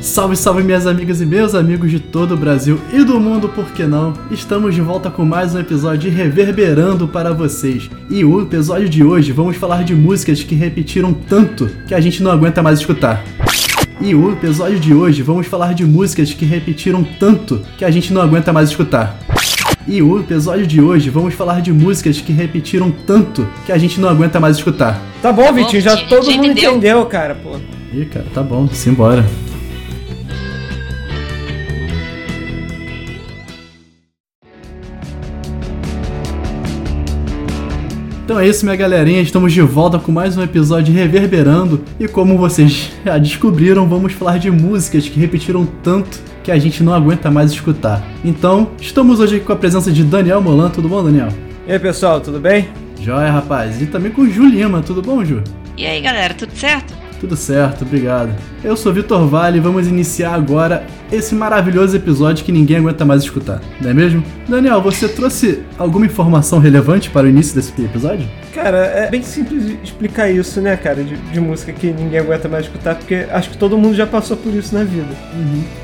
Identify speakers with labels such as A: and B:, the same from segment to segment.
A: Salve, salve, minhas amigas e meus amigos de todo o Brasil e do mundo, por que não? Estamos de volta com mais um episódio de reverberando para vocês. E o episódio de hoje vamos falar de músicas que repetiram tanto que a gente não aguenta mais escutar. E o episódio de hoje vamos falar de músicas que repetiram tanto que a gente não aguenta mais escutar. E o episódio de hoje vamos falar de músicas que repetiram tanto que a gente não aguenta mais escutar.
B: Tá bom, Vitinho, já
C: gente,
B: todo
C: já
B: mundo
C: entendeu.
B: entendeu, cara, pô.
A: Ih, cara, tá bom, simbora. Então é isso, minha galerinha. Estamos de volta com mais um episódio de reverberando. E como vocês já descobriram, vamos falar de músicas que repetiram tanto que a gente não aguenta mais escutar. Então, estamos hoje aqui com a presença de Daniel Molan. Tudo bom, Daniel?
B: E aí, pessoal, tudo bem?
A: Joia, rapaz. E também com o Ju Lima. Tudo bom, Ju?
C: E aí, galera, tudo certo?
A: Tudo certo, obrigado. Eu sou Vitor Vale e vamos iniciar agora esse maravilhoso episódio que ninguém aguenta mais escutar, não é mesmo? Daniel, você trouxe alguma informação relevante para o início desse episódio?
B: Cara, é bem simples de explicar isso, né, cara, de, de música que ninguém aguenta mais escutar, porque acho que todo mundo já passou por isso na vida.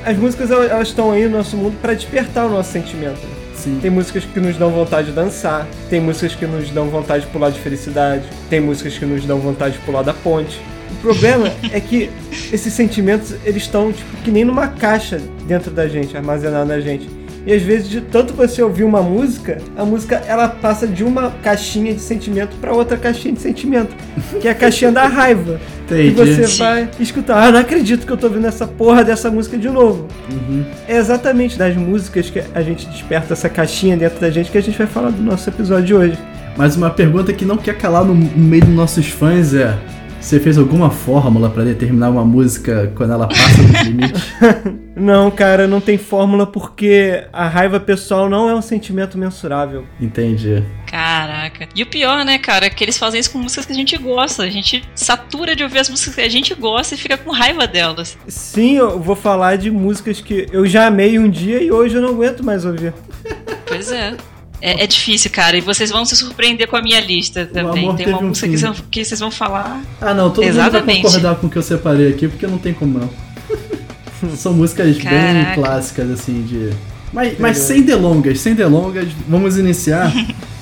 B: As músicas, elas elas estão aí no nosso mundo pra despertar o nosso sentimento.
A: Sim.
B: Tem músicas que nos dão vontade de dançar, tem músicas que nos dão vontade de pular de felicidade, tem músicas que nos dão vontade de pular da ponte. O problema é que esses sentimentos, eles estão tipo, que nem numa caixa dentro da gente, armazenada na gente. E às vezes, de tanto você ouvir uma música, a música ela passa de uma caixinha de sentimento pra outra caixinha de sentimento, que é a caixinha da raiva. E
A: Entendi.
B: você vai escutar, ah, não acredito que eu tô ouvindo essa porra dessa música de novo.
A: Uhum.
B: É exatamente das músicas que a gente desperta essa caixinha dentro da gente que a gente vai falar do nosso episódio de hoje.
A: Mas uma pergunta que não quer calar no meio dos nossos fãs é: você fez alguma fórmula para determinar uma música quando ela passa do limite?
B: Não, cara, não tem fórmula porque a raiva pessoal não é um sentimento mensurável.
A: Entendi.
C: Caraca. E o pior, né, cara, é que eles fazem isso com músicas que a gente gosta. A gente satura de ouvir as músicas que a gente gosta e fica com raiva delas.
B: Sim, eu vou falar de músicas que eu já amei um dia e hoje eu não aguento mais ouvir.
C: Pois é. É, é difícil, cara, e vocês vão se surpreender com a minha lista também.
A: amor
C: Tem uma
A: teve um
C: música que
A: fim.
C: vocês, que vocês vão falar.
A: Ah, não, todo mundo vai
C: Exatamente.
A: concordar com o que eu separei aqui, porque não tem como não. São músicas bem
C: Caraca.
A: clássicas, assim, de. Mas, mas sem delongas, sem delongas, vamos iniciar.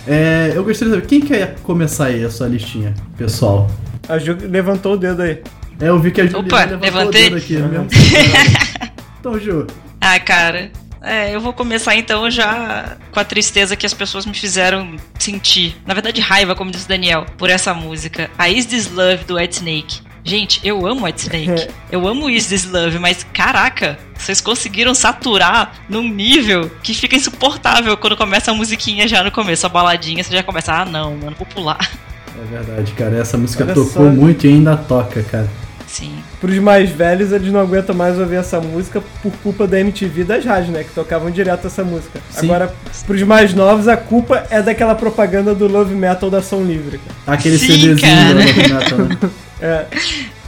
A: É, eu gostaria de saber, quem quer começar aí a sua listinha, pessoal?
B: A Ju levantou o dedo aí.
A: É, eu vi que a Juliana
C: Opa,
A: levantou
C: levantei.
A: o dedo aqui.
B: Uhum.
A: mesmo sem delongas. então, Ju,
C: Ah, cara. É, eu vou começar então já com a tristeza que as pessoas me fizeram sentir. Na verdade, raiva, como diz o Daniel, por essa música. A Is This Love do White Snake. Gente, eu amo White Snake. Eu amo Is This Love, mas caraca, vocês conseguiram saturar num nível que fica insuportável quando começa a musiquinha já no começo, a baladinha, você já começa, ah não, mano, vou pular.
A: é verdade, cara, essa música
B: Olha
A: tocou
B: só. né?
A: muito e ainda toca, cara.
C: Sim.
B: Pros mais velhos, eles não aguentam mais ouvir essa música por culpa da MTV e das rádios, né? Que tocavam direto essa música.
A: Sim.
B: Agora, pros mais novos, a culpa é daquela propaganda do Love Metal da Ação Livre. cara.
A: Tá Aquele
C: Sim,
A: CDzinho
C: cara.
A: lá do Renato, né?
B: É,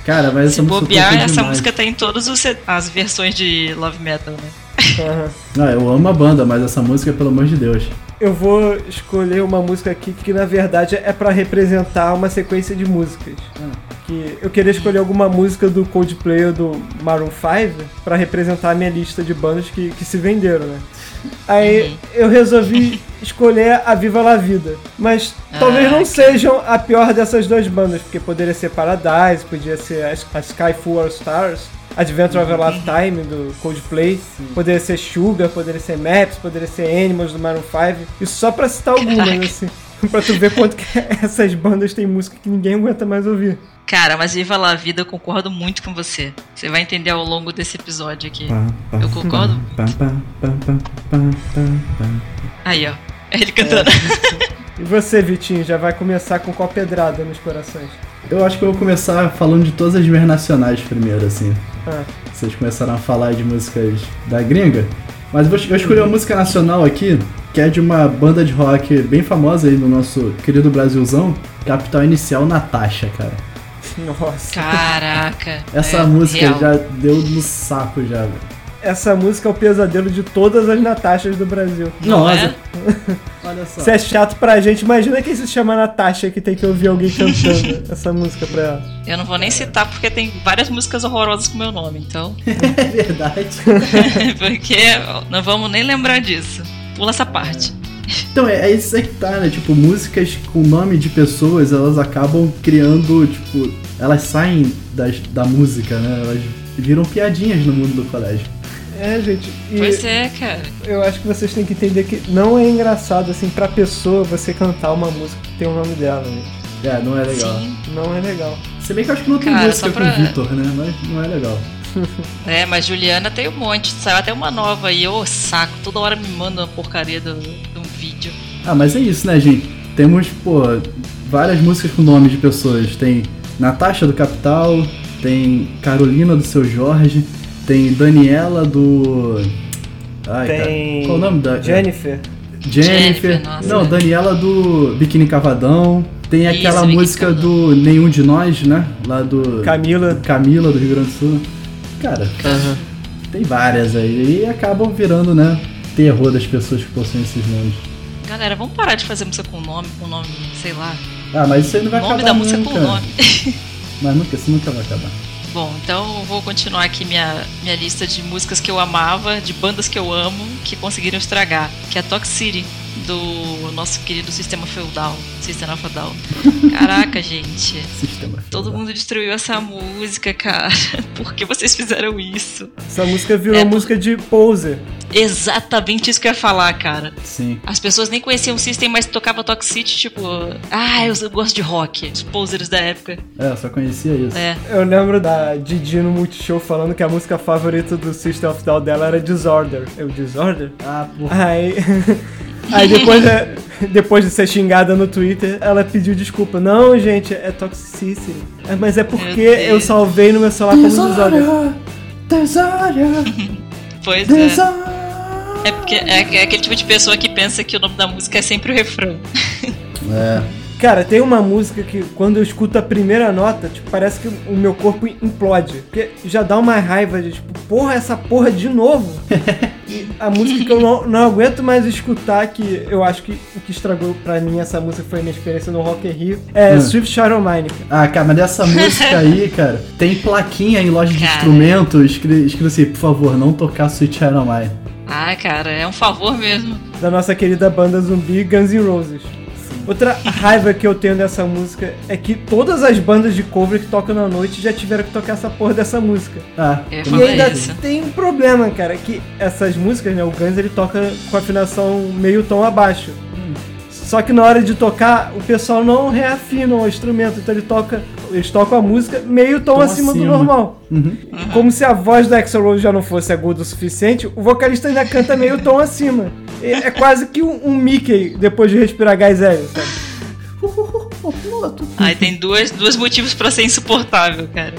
A: Cara, mas
C: Se
A: essa música
C: bobear,
A: toca
C: essa
A: demais.
C: música tá em todas os- as versões de Love Metal, né?
B: aham.
A: Ah, eu amo a banda, mas essa música, pelo amor de Deus.
B: Eu vou escolher uma música aqui que na verdade é pra representar uma sequência de músicas. Que eu queria escolher alguma música do Coldplay ou do Maroon 5 pra representar a minha lista de bandas que, que se venderam, né?
C: Uhum.
B: Aí eu resolvi escolher a Viva La Vida. Mas talvez
C: Ah,
B: não
C: cara.
B: sejam a pior dessas duas bandas, porque poderia ser Paradise, podia ser a, a Sky Full All Stars, Adventure of a
C: Uhum.
B: Lifetime do Coldplay, poderia ser Sugar, poderia ser Maps, poderia ser Animals do Maroon 5. Isso só pra citar algumas,
C: Caraca.
B: assim. pra tu ver quanto que essas bandas têm música que ninguém aguenta mais ouvir.
C: Cara, mas Viva La Vida, eu concordo muito com você. Você vai entender ao longo desse episódio aqui. Eu concordo. Aí, ó. É Ele cantando.
B: E você, Vitinho, já vai começar com qual pedrada nos corações?
A: Eu acho que eu vou começar falando de todas as minhas nacionais primeiro, assim.
B: Ah,
A: Vocês começaram a falar de músicas da gringa. Mas eu vou- eu escolhi uma música nacional aqui, que é de uma banda de rock bem famosa aí no nosso querido Brasilzão, Capital Inicial Natasha, cara.
B: nossa.
C: Caraca.
A: Essa
C: é,
A: música
C: real.
A: já deu no saco já, velho.
B: Essa música é o pesadelo de todas as Natashas do Brasil.
C: Não é?
A: Olha só.
B: Se é chato pra gente, imagina quem se chama Natasha que tem que ouvir alguém cantando essa música pra ela.
C: Eu não vou nem citar porque tem várias músicas horrorosas com meu nome, então.
A: É verdade.
C: porque não vamos nem lembrar disso. Pula essa parte.
A: Então, é, é isso aí que tá, né? Tipo, músicas com nome de pessoas, elas acabam criando, tipo, elas saem das, da música, né? Elas viram piadinhas no mundo do colégio.
B: É, gente. E
C: Pois é, cara.
B: Eu acho que vocês têm que entender que não é engraçado, assim, pra pessoa você cantar uma música que tem o nome dela, gente.
A: É, não é legal.
C: Sim.
B: Não é legal.
A: Se bem que eu acho que não tem
C: Cara,
A: música
C: só pra-
A: com o Vitor, né? Mas não é legal.
C: É, mas Juliana tem um monte. Saiu até uma nova aí. Ô, saco. Toda hora me manda uma porcaria do- de um vídeo.
A: Ah, mas é isso, né, gente? Temos, pô, várias músicas com nome de pessoas. Tem Natasha do Capital, tem Carolina do Seu Jorge, tem Daniela do. Ai,
B: Tem.
A: cara. Qual o nome da.
B: Jennifer.
A: Jennifer.
C: Jennifer, nossa.
A: Não, Daniela do Biquíni Cavadão. Tem
C: Isso,
A: aquela
C: Biquíni
A: música
C: Cavadão.
A: do Nenhum de Nós, né? Lá do.
B: Camila.
A: Camila do Rio Grande do Sul. Cara, tem várias aí. E acabam virando, né? Terror das pessoas que possuem esses nomes.
C: Galera, vamos parar de fazer música com nome, com nome, sei lá.
A: Ah, mas isso aí não vai
C: nome da
A: acabar
C: música né?
A: nunca.
C: com nome.
A: Mas nunca, isso nunca vai acabar.
C: Bom, então eu vou continuar aqui minha, minha lista de músicas que eu amava, de bandas que eu amo, que conseguiram estragar, que é a Toxicity, do nosso querido Sistema Feudal, Sistema Feudal. Caraca, gente.
A: Sistema.
C: Todo
A: feudal.
C: mundo destruiu essa música, cara. Por que vocês fizeram isso?
B: Essa música virou
C: É.
B: música de poser.
C: Exatamente isso que eu ia falar, cara.
A: Sim.
C: As pessoas nem conheciam o System, mas tocava Toxicity, tipo... Ah, eu gosto de rock. Os posers da época.
A: É, eu só conhecia isso.
C: É.
B: Eu lembro da Didi no Multishow falando que a música favorita do System of a Down dela era Disorder.
C: É
B: Eu, Disorder?
A: Ah, porra.
B: Aí, aí depois, de, depois de ser xingada no Twitter, ela pediu desculpa. Não, gente, é toxicity. É, Mas é porque
C: Meu Deus.
B: eu salvei no meu celular como Disorder.
A: Desório!
C: Pois é.
A: Desório!
C: É porque é, é aquele tipo de pessoa que pensa que o nome da música é sempre o refrão.
A: É,
B: Cara, tem uma música que quando eu escuto a primeira nota, tipo, parece que o meu corpo implode. Porque já dá uma raiva de tipo, porra, essa porra de novo. E a música que eu não, não aguento mais escutar, que eu acho que o que estragou pra mim essa música foi a minha experiência no Rock in Rio, é
A: Hum.
B: Swift Shadow Mine, cara.
A: Ah, cara, mas dessa música aí, cara, tem plaquinha em loja de
C: Cara.
A: instrumento escri- escrito assim, por favor, não tocar Sweet Shadow Mine.
C: Ah, cara, é um favor mesmo.
B: da nossa querida banda zumbi Guns N' Roses. Outra raiva que eu tenho dessa música é que todas as bandas de cover que tocam na noite já tiveram que tocar essa porra dessa música.
A: Ah,
C: Eu ia
B: E
C: falar
B: ainda
C: isso.
B: tem um problema, cara, que essas músicas, né, o Guns ele toca com afinação meio tom abaixo. Só que na hora de tocar, o pessoal não reafina o instrumento, então ele toca, eles tocam a música meio tom,
A: Tom
B: acima, do
A: acima.
B: normal.
A: uhum.
B: Como se a voz do Axl Rose já não fosse aguda o suficiente, o vocalista ainda canta meio tom acima. É, é quase que um, um Mickey depois de respirar gás hélio, sabe?
C: Aí tem duas, dois motivos pra ser insuportável, cara.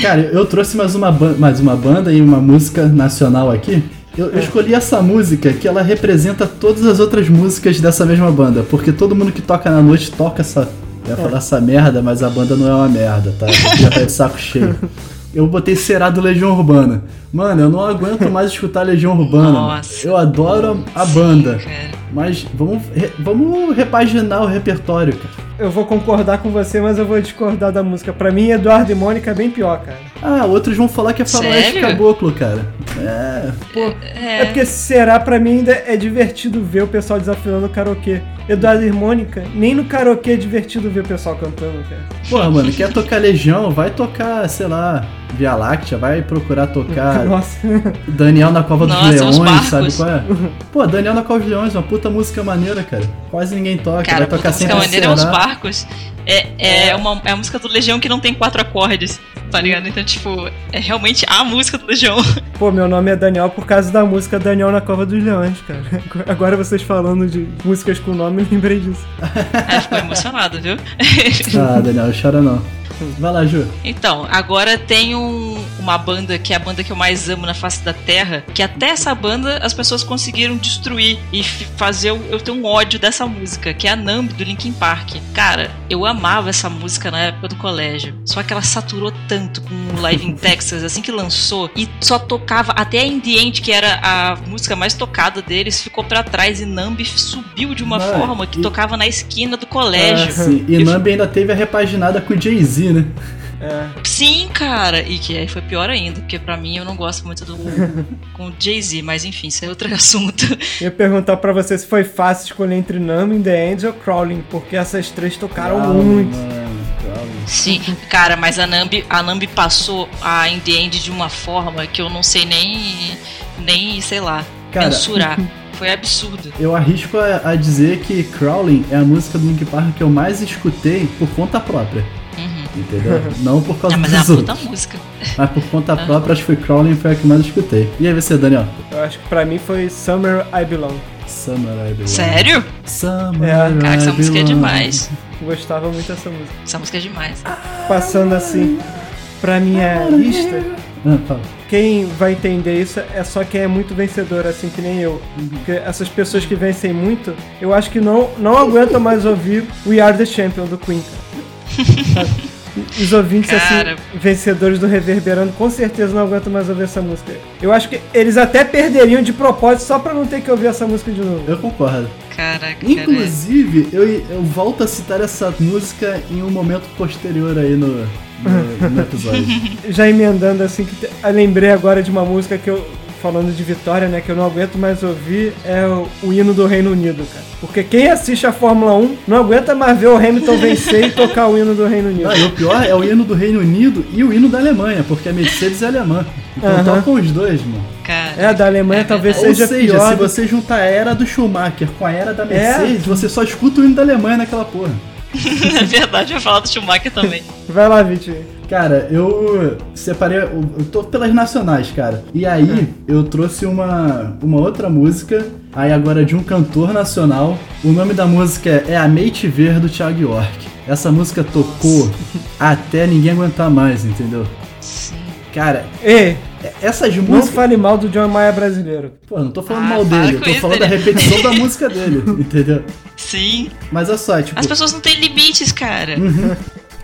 A: Cara, eu trouxe mais uma, ban- mais uma banda e uma música nacional aqui. Eu,
C: É.
A: eu escolhi essa música que ela representa todas as outras músicas dessa mesma banda, porque todo mundo que toca na noite toca essa. Eu
C: É.
A: ia falar essa merda, mas a banda não é uma merda, tá? Já tá de saco cheio. Eu botei Será do Legião Urbana. Mano, eu não aguento mais escutar Legião Urbana. mano.
C: Nossa.
A: Eu adoro a, a
C: Sim,
A: banda.
C: cara.
A: Mas vamos, re- vamos repaginar o repertório, cara.
B: Eu vou concordar com você, mas eu vou discordar da música. Pra mim, Eduardo e Mônica é bem pior, cara.
A: Ah, outros vão falar que é faroeste
C: Sério?
A: caboclo, cara.
B: É, porque será pra mim ainda é divertido ver o pessoal desafinando o karaokê. Eduardo e Mônica, nem no karaokê é divertido ver o pessoal cantando, cara.
A: Porra, mano, quer tocar Legião? Vai tocar, sei lá, Via Láctea, vai procurar tocar
B: Nossa.
A: Daniel na Cova dos
C: Nossa, os
A: Leões,
C: barcos.
A: sabe qual é? Pô, Daniel na Cova dos Leões, uma puta música maneira, cara. Quase ninguém toca, vai
C: Cara, a
A: tocar
C: música
A: sempre
C: maneira é uns
A: Será.
C: barcos. É, é, uma, é a música do Legião que não tem quatro acordes, tá ligado? Então, tipo, é realmente a música do Legião.
B: Pô, meu nome é Daniel por causa da música Daniel na Cova dos Leões, cara. Agora vocês falando de músicas com nome, eu lembrei disso.
C: Aí ficou É, emocionado, viu?
A: Ah, Daniel, chora não. Vai lá, Ju.
C: Então, agora tem um- uma banda que é a banda que eu mais amo na face da Terra, que até essa banda as pessoas conseguiram destruir e f- fazer eu, eu ter um ódio dessa música, que é a Numb do Linkin Park. Cara, eu amava essa música na época do colégio, só que ela saturou tanto com o Live in Texas assim que lançou e só tocava até a In The End, que era a música mais tocada deles, ficou pra trás e Numb subiu de uma
A: Mano,
C: forma que
A: e-
C: tocava na esquina do
A: Ah,
C: colégio.
A: sim. E Nambi ainda teve a repaginada com o Jay-Z, né?
B: É.
C: Sim, cara! E que aí foi pior ainda, porque pra mim eu não gosto muito do com o Jay-Z, mas enfim, isso é outro assunto.
B: Eu ia perguntar pra você se foi fácil escolher entre Numb, The End ou Crawling, porque essas três tocaram
A: Calma,
B: muito.
A: mano, calma.
C: Sim, cara, mas a Nambi, a Nambi passou a In The End de uma forma que eu não sei nem, nem sei lá,
A: Cara,
C: mensurar. Foi absurdo.
A: Eu arrisco a, a dizer que Crawling é a música do Linkin Park que eu mais escutei por conta própria,
C: Uhum.
A: entendeu? Não por causa
C: Ah, mas é
A: dos
C: uma puta
A: outros,
C: música.
A: mas por conta própria acho que foi Crawling foi a que mais escutei. E aí você, Daniel?
B: Eu acho que pra mim foi Summer I Belong.
A: Samurai Belong.
C: Sério?
A: Samurai
B: É.
C: Cara, essa música é
A: Belong.
C: demais.
B: Gostava muito dessa música.
C: Essa música é demais.
B: Passando assim pra minha lista,
A: Ah, fala.
B: quem vai entender isso é só quem é muito vencedor, assim que nem eu. Porque essas pessoas que vencem muito, eu acho que não, não aguentam mais ouvir We Are the Champion do Queen. cara. Sabe? Os ouvintes,
C: Cara.
B: assim, vencedores do Reverberando, com certeza não aguentam mais ouvir essa música. Eu acho que eles até perderiam de propósito só pra não ter que ouvir essa música de novo.
A: Eu concordo.
C: Caraca, cara.
A: Inclusive, eu, eu volto a citar essa música em um momento posterior aí no, no, no episódio.
B: já emendando assim, que te- eu lembrei agora de uma música que eu. Falando de Vitória, né? Que eu não aguento mais ouvir é o, o hino do Reino Unido, cara. Porque quem assiste a Fórmula 1 não aguenta mais ver o Hamilton vencer e tocar o hino do Reino Unido.
A: Ah, e o pior é o hino do Reino Unido e o hino da Alemanha, porque a Mercedes é alemã. Então
B: Aham.
A: tocam os dois, mano.
C: Cara,
B: É, da Alemanha talvez
A: Ou
B: seja,
A: seja,
B: pior.
A: se
B: do- É.
A: você juntar a era do Schumacher com a era da Mercedes, você só escuta o hino da Alemanha naquela porra.
C: é verdade, eu ia falar do Schumacher também.
B: Vai lá, Vitinho.
A: Cara, eu separei. Eu tô pelas nacionais, cara. E
C: Tá.
A: aí, eu trouxe uma, uma outra música. Aí agora de um cantor nacional. O nome da música é A Meite Verde do Thiago York. Essa música tocou até ninguém aguentar mais, entendeu?
C: Sim.
A: Cara, é,
B: Ei,
A: essas
B: não
A: músicas.
B: fale mal do John Maia brasileiro.
A: Pô, não tô falando
C: Ah,
A: mal
C: para
A: dele, eu
C: com
A: tô
C: isso, né?
A: falando da
C: Daniel.
A: repetição da música dele, entendeu?
C: Sim.
A: Mas é só, tipo.
C: As pessoas não têm limites, cara.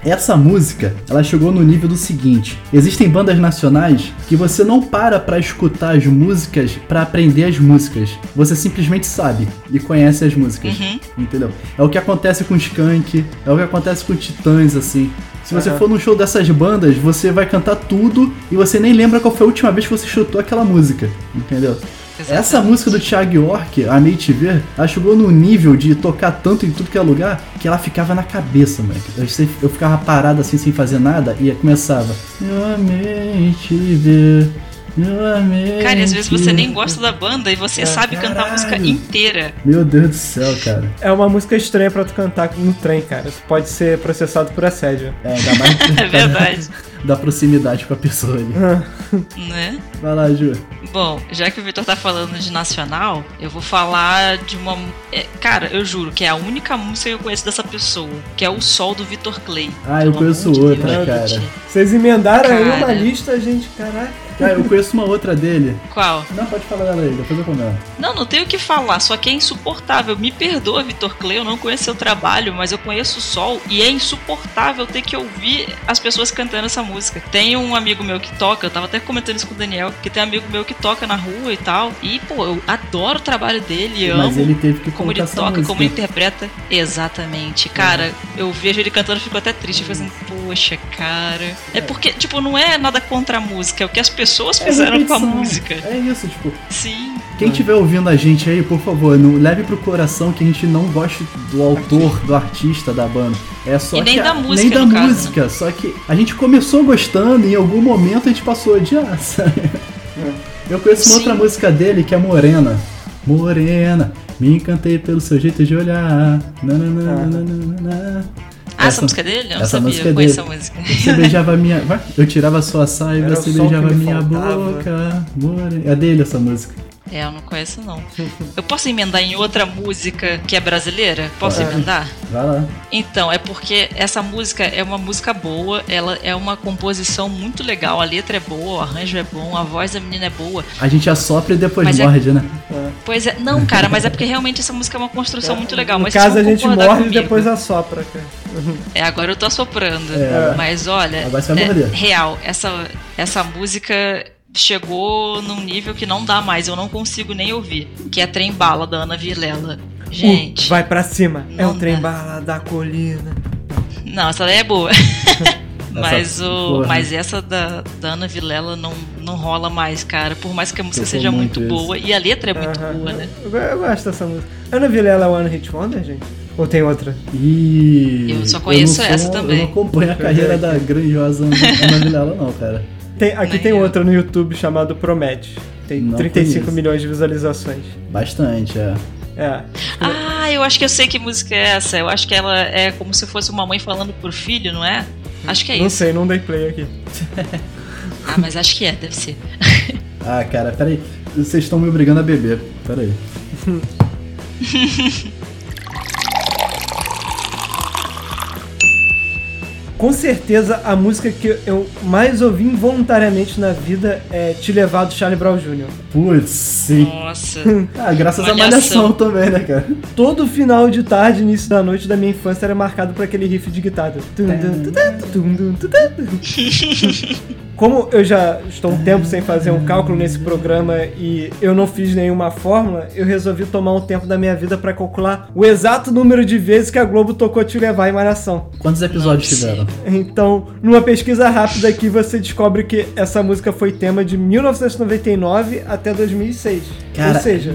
A: Essa música, ela chegou no nível do seguinte: existem bandas nacionais que você não para pra escutar as músicas pra aprender as músicas. Você simplesmente sabe e conhece as músicas.
C: Uhum.
A: Entendeu? É o que acontece com Skank, é o que acontece com Titãs assim. Se você
B: Aham.
A: for num show dessas bandas, você vai cantar tudo e você nem lembra qual foi a última vez que você chutou aquela música, entendeu? Essa música do Thiago York, A Meio Te Ver, ela chegou no nível de tocar tanto em tudo que é lugar que ela ficava na cabeça, moleque. Eu, sei- eu ficava parado assim, sem fazer nada, e começava. Eu amei te ver, eu amei.
C: Cara, e às vezes
A: te
C: você nem
A: ver."
C: gosta da banda e você sabe cantar a
A: Uhum.
C: música
A: É. caralho.
C: inteira.
A: Meu Deus do céu, cara.
B: É uma música estranha pra tu cantar no trem, cara. Tu pode ser processado por assédio.
A: É, dá mais.
C: É verdade,
A: Da proximidade com a pessoa ali.
C: né?
A: Vai lá, Ju.
C: Bom, já que o Vitor tá falando de nacional, eu vou falar de uma. é, cara, eu juro que é a única música que eu conheço dessa pessoa, que é O Sol do Vitor Clay.
A: Ah, eu
C: Pelo
A: conheço
C: amor de
A: outra,
C: Deus,
A: cara.
C: gente.
B: Vocês emendaram aí uma
C: Cara.
B: lista, gente. Caraca.
A: Cara, eu conheço uma outra dele.
C: Qual?
A: Não, pode falar dela aí, depois eu comento.
C: Não, não tenho o que falar, só que é insuportável. Me perdoa, Vitor Clay, eu não conheço seu trabalho, mas eu conheço o Sol e é insuportável ter que ouvir as pessoas cantando essa música. Tem um amigo meu que toca, eu tava até comentando isso com o Daniel, que tem um amigo meu que toca na rua e tal. E, pô, eu adoro o trabalho dele, amo.
A: Mas ele teve que colocar
C: Como ele
A: essa
C: toca,
A: música.
C: como ele interpreta. Exatamente. Cara, eu vejo ele cantando e fico até triste, fazendo, poxa, cara. É porque, tipo, não é nada contra a música, é o que as pessoas
A: É
C: fizeram com a
A: repetição.
C: música.
A: É isso, tipo,
C: Sim.
A: Quem estiver ouvindo a gente aí, por favor, não leve pro coração que a gente não gosta do autor, do artista da banda. É só
C: E nem
A: que a-
C: da
A: nem
C: música,
A: da
C: no caso, né?
A: música, só que a gente começou gostando e em algum momento a gente passou a odiar, sabe? Eu conheço uma
C: É. Sim.
A: outra música dele que é Morena. Morena, me encantei pelo seu jeito de olhar. Nananana.
C: Ah, essa, música é dele? Eu não
A: essa
C: sabia,
A: música é
C: eu conheço
A: dele.
C: a música.
A: Você beijava minha. Vai, Eu tirava sua saia e
B: Era o
A: você
B: som que
A: beijava
B: me
A: minha
B: faltava.
A: boca. Morena. É dele essa música.
C: É, eu não conheço não. Eu posso emendar em outra música que é brasileira? Posso
A: Pode.
C: emendar?
A: Vai lá.
C: Então, é porque essa música é uma música boa, ela é uma composição muito legal, a letra é boa, o arranjo é bom, a voz da menina é boa.
A: A gente assopra e depois
C: Mas é-
A: morde, né?
C: Pois é, não, cara, mas é porque realmente essa música é uma construção muito legal.
B: No
C: mas vocês
B: caso, a
C: vão
B: gente
C: concordar
B: morde e
C: comigo.
B: depois assopra, cara.
C: É, agora eu tô soprando.
A: É.
C: Mas olha,
A: Agora você vai
C: é
A: morder.
C: real, essa, essa música chegou num nível que não dá mais, eu não consigo nem ouvir. Que é Trem Bala, da Ana Vilela. Gente,
B: Vai pra cima. é
C: Não
B: o trem
C: dá.
B: bala da colina.
C: não, essa daí é boa. mas, o,
A: porra.
C: mas essa da, da Ana Vilela não, não rola mais, cara. Por mais que a música
A: Tocou
C: seja
A: muito
C: muito,
A: isso.
C: boa e a letra é muito
B: Aham.
C: boa, né?
B: eu, eu gosto dessa música. Ana Vilela é One Hit Wonder, gente? Ou tem outra?
A: E...
C: Eu só conheço
A: não um-
C: essa também.
A: Eu não acompanho a carreira da grandiosa Ana Vilela, não, cara.
B: Tem- aqui
C: Nem
B: tem
C: eu.
B: outra no YouTube chamado Promete. Tem
A: Não
B: 35
A: conheço.
B: milhões de visualizações.
A: Bastante, é.
B: É.
C: Ah, eu acho que eu sei que música é essa. Eu acho que ela é como se fosse uma mãe falando pro filho, não é?
A: Hum.
C: Acho que é
B: não
C: isso.
B: sei, não dei play aqui.
C: Ah, mas acho que é, deve ser.
A: Ah, cara, peraí. Vocês estão me obrigando a beber. Peraí.
B: Com certeza a música que eu mais ouvi involuntariamente na vida é Te Levar do Charlie Brown Jr.
A: Putz, sim.
C: Nossa.
A: Ah, graças à
C: Malhação.
A: malhação também, né, cara?
B: Todo final de tarde, início da noite da minha infância era marcado por aquele riff de guitarra. Tum, dum, tudum, tudum, dum, tudum, dum. Como eu já estou um tempo sem fazer um cálculo nesse programa e eu não fiz nenhuma fórmula, eu resolvi tomar um tempo da minha vida pra calcular o exato número de vezes que a Globo tocou Te Levar em Malhação.
A: Quantos episódios
C: Não sei.
A: tiveram?
B: Então, numa pesquisa rápida aqui, você descobre que essa música foi tema de 1999 até 2006.
A: Cara-
B: Ou seja,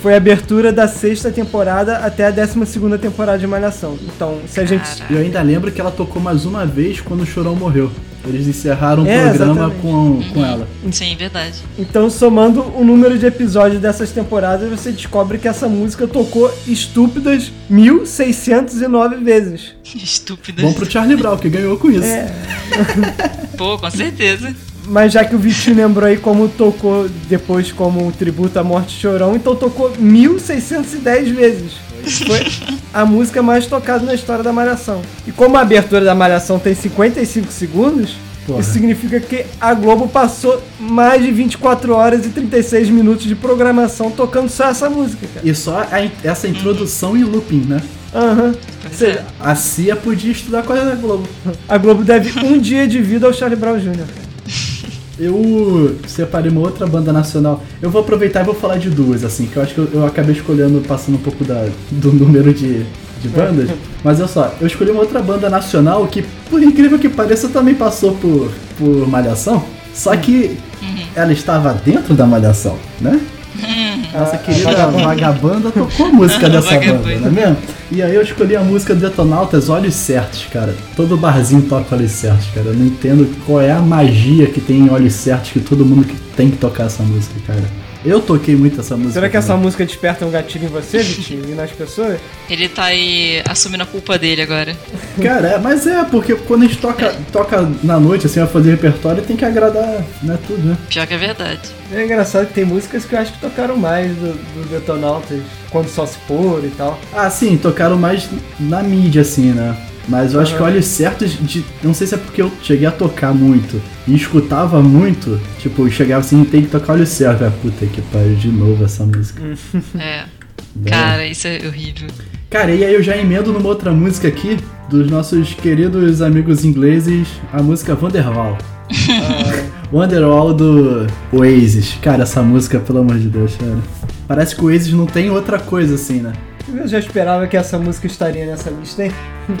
B: foi a abertura da sexta temporada até a décima segunda temporada de Malhação. Então, se a gente...
A: E eu ainda lembro que ela tocou mais uma vez quando o Chorão morreu. Eles encerraram o
B: É,
A: programa
B: exatamente.
A: com, com ela.
C: Sim, verdade.
B: Então, somando o número de episódios dessas temporadas, você descobre que essa música tocou estúpidas 1.609 vezes.
C: Estúpido.
A: Bom pro Charlie Brown, que ganhou com isso.
B: É.
C: Pô, com certeza.
B: Mas já que o Vitinho lembrou aí como tocou depois como um tributo à morte de chorão, então tocou 1610 vezes. Foi a música mais tocada na história da Malhação. E como a abertura da Malhação tem 55 segundos,
A: Porra.
B: isso significa que a Globo passou mais de 24 horas e 36 minutos de programação tocando só essa música, cara.
A: E só a in- essa introdução e looping, né?
B: Aham. Ou
C: Pois
B: seja,
A: A Cia podia estudar com a da Globo.
B: a Globo deve um dia de vida ao Charlie Brown Jr.
A: Eu separei uma outra banda nacional. Eu vou aproveitar e vou falar de duas, assim, que eu acho que eu, eu acabei escolhendo, passando um pouco da- do número de, de bandas. Mas olha só, eu escolhi uma outra banda nacional que, por incrível que pareça, também passou por, por Malhação. Só que ela estava dentro da Malhação, né? Nossa querida vagabanda tocou a música dessa banda, não é mesmo? E aí eu escolhi a música do Detonautas Olhos Certos, cara. Todo barzinho toca Olhos Certos, cara. Eu não entendo qual é a magia que tem em Olhos Certos que todo mundo que tem que tocar essa música, cara. Eu toquei muito essa música.
B: Será que essa
A: cara.
B: música desperta um gatilho em você, Vitinho, e nas pessoas?
C: Ele tá aí assumindo a culpa dele agora.
A: Cara, é, mas é, porque quando a gente toca, toca na noite, assim, vai fazer repertório, tem que agradar, né, tudo, né?
C: Pior que é verdade.
B: É engraçado que tem músicas que eu acho que tocaram mais do, do Detonautas, quando só se pôr e tal.
A: Ah, sim, tocaram mais na mídia, assim, né? Mas eu acho que olhos certos de. Não sei se é porque eu cheguei a tocar muito e escutava muito. Tipo, eu chegava assim, tem que tocar olhos certos. Ah, puta que pariu, de novo essa música.
C: É.
A: Né?
C: Cara, isso é horrível.
A: Cara, e aí eu já emendo numa outra música aqui, dos nossos queridos amigos ingleses, a música Wonderwall.
B: Ah,
A: Wonderwall do Oasis. Cara, essa música, pelo amor de Deus, cara. Parece que o Oasis não tem outra coisa assim, né?
B: Eu já esperava que essa música estaria nessa lista, hein?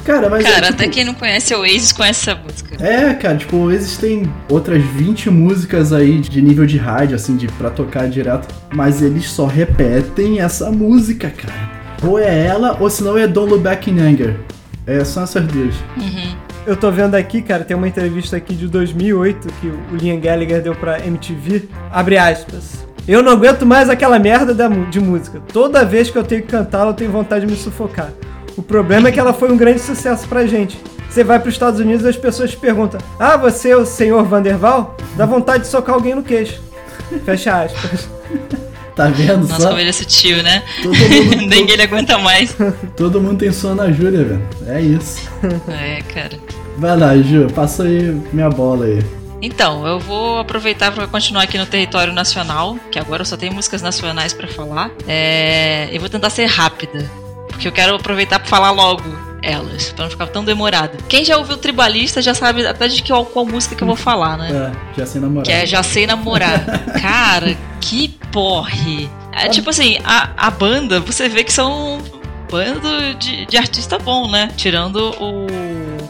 A: Cara, mas. é,
C: Cara,
A: tipo,
C: até quem não conhece o Oasis conhece essa música.
A: É, cara, tipo, existem outras 20 músicas aí de nível de rádio, assim, de pra tocar direto, mas eles só repetem essa música, cara. Ou é ela, ou senão é Don't Look Back in Anger. É, são essas duas.
B: Eu tô vendo aqui, cara, tem uma entrevista aqui de 2008 que o Liam Gallagher deu pra MTV. Abre aspas. Eu não aguento mais aquela merda da mu- de música. Toda vez que eu tenho que cantá-la, eu tenho vontade de me sufocar. O problema é que ela foi um grande sucesso pra gente. Você vai pros Estados Unidos e as pessoas te perguntam: Ah, você é o senhor Vanderval? Dá vontade de socar alguém no queixo. Fecha aspas.
A: Tá vendo
C: Nossa,
A: só?
C: como ele é sutil, né?
A: Todo mundo,
C: Nem ele aguenta mais.
A: todo, todo mundo tem sua na Júlia, velho. É isso.
C: É, cara.
A: Vai lá, Ju, passa aí minha bola aí.
C: Então, eu vou aproveitar para continuar aqui no território nacional, que agora eu só tenho músicas nacionais para falar. É, eu vou tentar ser rápida, porque eu quero aproveitar para falar logo elas, para não ficar tão demorado. Quem já ouviu Tribalista já sabe até de que, qual música que eu vou falar, né?
A: É, já sem namorado.
C: Que é Já Sei Namorar. Cara, que porre. É, tipo assim, a, a banda, você vê que são um bando de, de artista bom, né? Tirando o,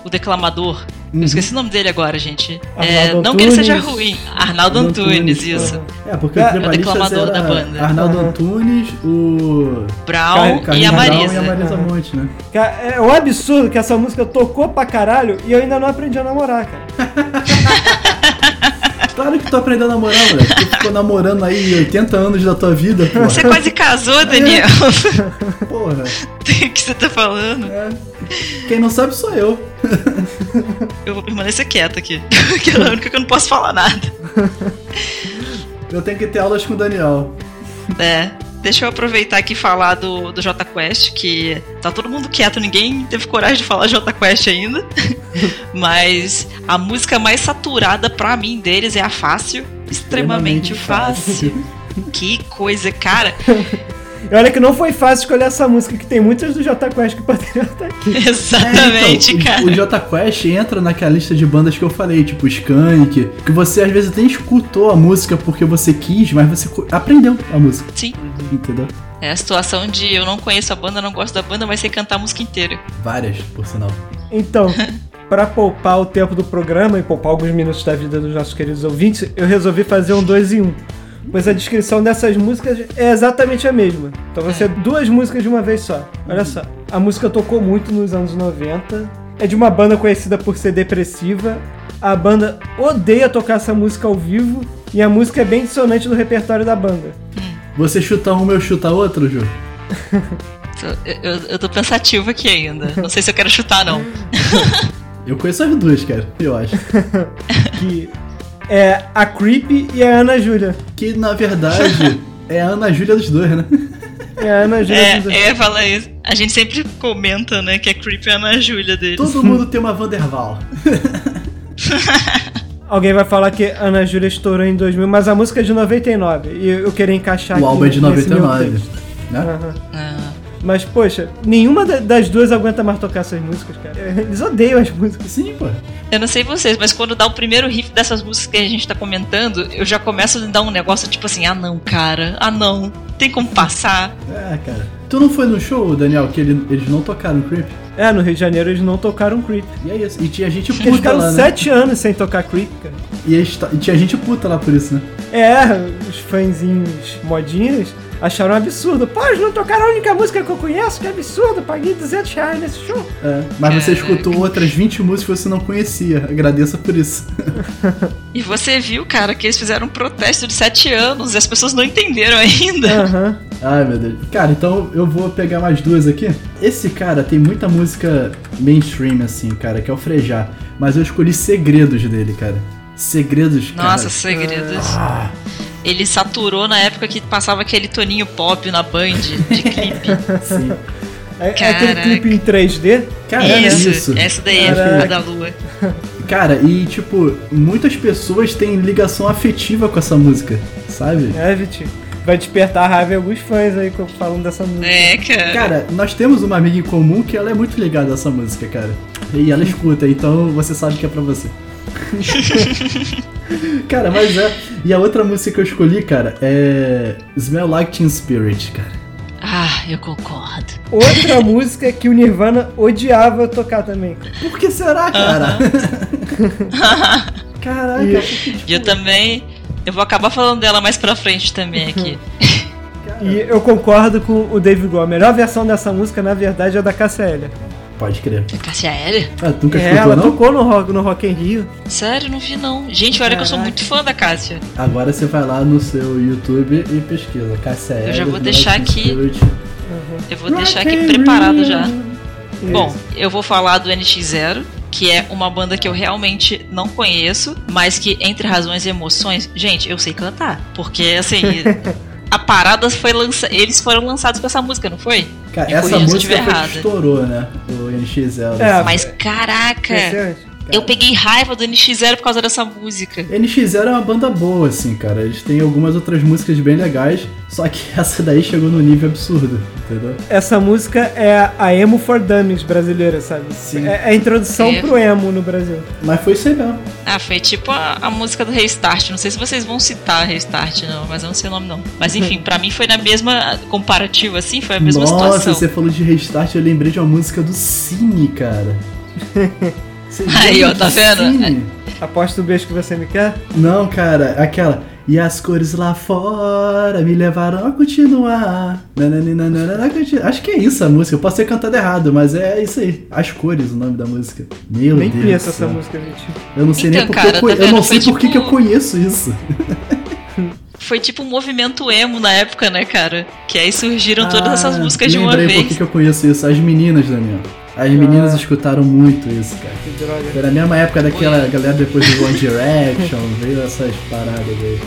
C: o declamador.
A: Uhum.
C: Eu esqueci o nome dele agora, gente. É,
B: Arnaldo
C: não que ele seja
B: Antunes.
C: ruim. Arnaldo Antunes, isso.
A: É, porque
B: É,
A: o
B: é o
A: tribalista
C: declamador
A: era
C: da banda.
A: Arnaldo
B: Aham.
A: Antunes, o
C: Brown
B: Car-
C: e
A: Carlinhos
C: a
A: Brown
C: Marisa.
A: e a Marisa
B: Aham.
A: Monte, né?
B: Cara, é um absurdo que essa música tocou pra caralho e eu ainda não aprendi a namorar, cara.
A: Claro que tu aprendeu a namorar, moleque. Tu ficou namorando aí 80 anos da tua vida,
C: Você
A: porra.
C: quase casou, Daniel.
A: porra.
C: O que você tá falando?
A: É. Quem não sabe sou eu.
C: Eu vou permanecer quieta aqui. Porque é a única que eu não posso falar nada.
A: Eu tenho que ter aulas com o Daniel.
C: É. Deixa eu aproveitar aqui e falar do, do Jota Quest, que tá todo mundo quieto, ninguém teve coragem de falar Jota Quest ainda. Mas a música mais saturada pra mim deles é a Fácil.
A: Extremamente
C: Extremamente, fácil. Que coisa, cara.
B: E olha que não foi fácil escolher essa música, que tem muitas do J Quest que poderiam estar aqui.
C: Exatamente,
A: É, então,
C: cara.
A: O, o Jota Quest entra naquela lista de bandas que eu falei, tipo Skank, que você às vezes até escutou a música porque você quis, mas você co- aprendeu a música,
C: Sim.
A: entendeu?
C: É a situação de eu não conheço a banda, não gosto da banda, mas sei cantar a música inteira.
A: Várias, por sinal.
B: Então, pra poupar o tempo do programa e poupar alguns minutos da vida dos nossos queridos ouvintes, eu resolvi fazer um 2 em 1. Um, pois a descrição dessas músicas é exatamente a mesma. Então vai ser duas músicas de uma vez só. Olha só. A música tocou muito nos anos 90. É de uma banda conhecida por ser depressiva. A banda odeia tocar essa música ao vivo. E a música é bem dissonante no repertório da banda.
A: Você chuta um, eu chuta outro, Ju?
C: Tô- Eu, eu, eu tô pensativa aqui ainda. Não sei se eu quero chutar, não.
A: Eu conheço as duas, cara, eu acho.
B: Que é a Creepy e a Ana Júlia.
A: Que na verdade é a Ana Júlia dos dois, né?
B: É a Ana Júlia. dos-
C: É, eu ia falar isso. A gente sempre comenta, né, que é creepy a Ana Júlia deles.
A: Todo mundo tem uma Vanderval.
B: Alguém vai falar que Ana Júlia estourou em 2000, mas a música é de 99. E eu queria encaixar
A: O
B: Tá aqui
A: álbum é de
B: nesse meu
A: 99.
B: texto.
A: Né?
B: Aham.
C: Ah,
B: Mas, poxa, nenhuma da- das duas aguenta mais tocar essas músicas, cara. Eles odeiam as músicas.
A: Sim, pô.
C: eu não sei vocês, mas quando dá o primeiro riff dessas músicas que a gente tá comentando, eu já começo a dar um negócio tipo assim, ah não, cara, ah não, tem como passar.
A: É, cara. Tu não foi no show, Daniel, que ele- eles não tocaram Creep?
B: É, no Rio de Janeiro eles não tocaram Creep.
A: E é isso. E tinha gente
B: Eles
A: puta
B: ficaram
A: lá, né?
B: sete anos sem tocar Creep, cara.
A: E, eles ta- e tinha gente puta lá por isso, né?
B: É, os fãzinhos modinhas acharam um absurdo. Pô, eles não tocaram a única música que eu conheço, que absurdo, paguei 200 reais nesse show.
A: É. Mas você
C: Caraca.
A: escutou outras 20 músicas que você não conhecia. Agradeça por isso.
C: E você viu, cara, que eles fizeram um protesto de sete anos e as pessoas não entenderam ainda.
B: Aham.
A: Ai, meu Deus. Cara, então eu vou pegar mais duas aqui. Esse cara tem muita música mainstream, assim, cara, que é o Frejá. Mas eu escolhi segredos dele, cara. Segredos, cara.
C: Nossa, segredos.
A: Ah,
C: Ele saturou na época que passava aquele Toninho Pop na Band de clipe.
A: sim.
B: É, é aquele
C: Caraca.
B: clipe em 3D.
A: Cara,
C: isso,
A: É, né? isso.
C: essa daí é a
A: Caraca.
C: filha da lua.
A: Cara, e tipo, muitas pessoas têm ligação afetiva com essa música, sabe?
B: É, Vitinho. Vai despertar a raiva em alguns fãs aí co- falando dessa música.
C: É, cara.
A: Cara, nós temos uma amiga em comum que ela é muito ligada a essa música, cara. E ela escuta, então você sabe que é pra você. cara, mas é. E a outra música que eu escolhi, cara, é. Smell Like Teen Spirit, cara.
C: Ah, eu concordo.
B: Outra música que o Nirvana odiava tocar também.
A: Por que será, cara?
B: Caraca.
C: E eu também. Eu vou acabar falando dela mais pra frente também aqui.
A: Uhum.
B: E eu concordo com o Dave Grohl. A melhor versão dessa música, na verdade, é da Cassia
A: Pode crer.
C: Cássia Eller?
A: Ah, tu nunca
B: É,
A: escutou,
B: ela
A: não?
B: tocou no Rock, no rock in Rio.
C: Sério, não vi não. Gente, olha que eu sou
B: Caraca.
C: muito fã da Cássia.
A: Agora você vai lá no seu YouTube e pesquisa. Cássia
C: Eu já
A: Eller,
C: vou
A: Like
C: deixar
A: Teen
C: aqui.
A: Spirit.
C: Eu
B: Ah,
C: vou deixar aqui preparado já. Bom, eu vou falar do NX0, que é uma banda que eu realmente não conheço, mas que entre razões e emoções, gente, eu sei cantar. Porque assim, a parada foi lançada. Eles foram lançados com essa música, não foi?
A: Cara,
C: Me
A: essa
C: corrija se eu
A: música
C: estiver
A: foi que
C: errada.
A: estourou, né? O NX0.
B: É,
C: Mas caraca,
B: Interessante.
C: eu peguei raiva do NX0 por causa dessa música.
A: NX0 é uma banda boa, assim, cara. Eles têm algumas outras músicas bem legais, só que essa daí chegou num nível absurdo, entendeu?
B: Essa música é a emo for dummies brasileira, sabe?
A: Sim.
B: É a introdução
C: É.
B: pro emo no Brasil.
A: Mas foi isso aí mesmo.
C: Ah, foi tipo a, a música do Restart. Não sei se vocês vão citar Restart, não, mas eu não sei o nome, não. Mas enfim, pra mim foi na mesma comparativa, assim, foi a mesma
A: Nossa,
C: situação.
A: você falou de restart, eu lembrei de uma música do Cine, cara. Você
C: Aí,
A: lembra
C: ó, tá
A: do
C: vendo?
A: Cine?
B: Aposto o beijo que você me quer.
A: Não, cara, aquela. E as cores lá fora me levaram a continuar. Nananina, continu- Acho que é isso a música. Eu posso ter cantado errado, mas é isso aí. As cores, o nome da música. Meu
B: Nem
A: Deus.
B: conheço
A: do
B: essa
A: céu.
B: música, gente.
A: Eu não sei nem
C: Então,
A: porque
C: cara,
A: eu, conhe-
C: tá
A: eu não
C: vendo?
A: sei
C: Foi
A: por que
C: tipo-
A: que eu conheço isso.
C: Foi tipo um movimento emo na época, né, cara? Que aí surgiram todas
A: Ah,
C: essas músicas de uma
A: lembrei por
C: vez.
A: que que eu conheço isso. As meninas, Daniel. As meninas
B: Ah.
A: escutaram muito isso, cara.
B: Que droga.
A: Foi na mesma época daquela galera depois do One Direction, veio essas paradas aí.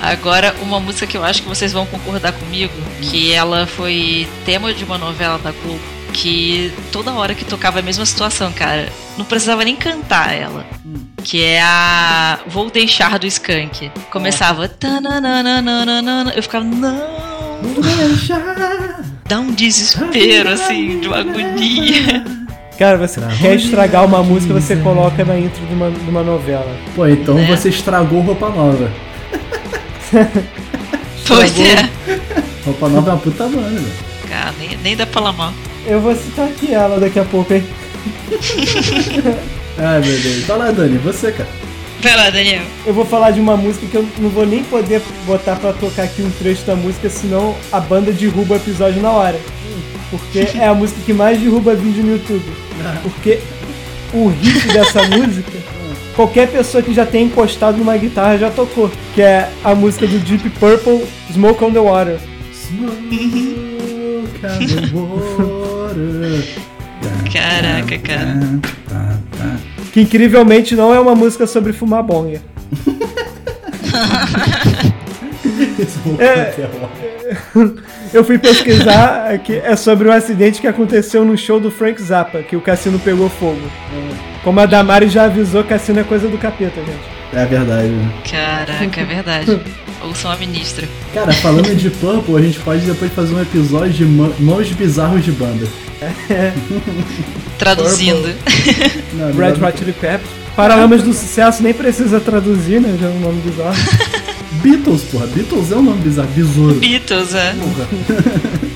B: Ah,
C: Agora, uma música que eu acho que vocês vão concordar comigo, que ela foi tema de uma novela da Globo, que toda hora que tocava a mesma situação, cara. Não precisava nem cantar ela. Que é a Vou Deixar do Skank. Começava. tanananananana, Eu ficava, não! Dá um desespero, assim, de uma agonia.
B: Cara, você
A: Não.
B: quer estragar uma música, você coloca na intro de uma, de uma novela.
A: Pô, então
C: Né?
A: você estragou roupa nova.
C: Pois é.
A: Roupa nova é uma puta banda. velho.
C: Cara, nem, nem dá pra lamar.
B: Eu vou citar aqui ela daqui a pouco, hein?
A: Ai meu Deus. Tá lá, Dani, você, cara.
C: Vai lá, Daniel.
B: Eu vou falar de uma música que eu não vou nem poder botar pra tocar aqui um trecho da música, senão a banda derruba o episódio na hora. Porque é a música que mais derruba vídeo no YouTube. Porque o hit dessa música, qualquer pessoa que já tenha encostado numa guitarra já tocou. Que é a música do Deep Purple, Smoke on the Water.
A: Smoke and water.
C: Caraca, cara.
A: Tá, tá.
B: Que incrivelmente não é uma música sobre fumar bonga.
A: Smoke
B: É.
A: até water.
B: Eu fui pesquisar aqui, é sobre um acidente que aconteceu no show do Frank Zappa, que o cassino pegou fogo. Como a Damari já avisou, cassino é coisa do capeta, gente.
A: É verdade, né?
C: Caraca, é verdade. Ouçam a ministra.
A: Cara, falando de Purple, a gente pode depois fazer um episódio de mã- mãos bizarros de banda.
C: Traduzindo.
A: Não,
B: Red Hot Chili Peppers. Paralamas do Sucesso nem precisa traduzir, né? Já é um nome bizarro.
A: Beatles, porra. Beatles é um nome bizarro. Besouro.
C: Beatles, é.
A: Porra.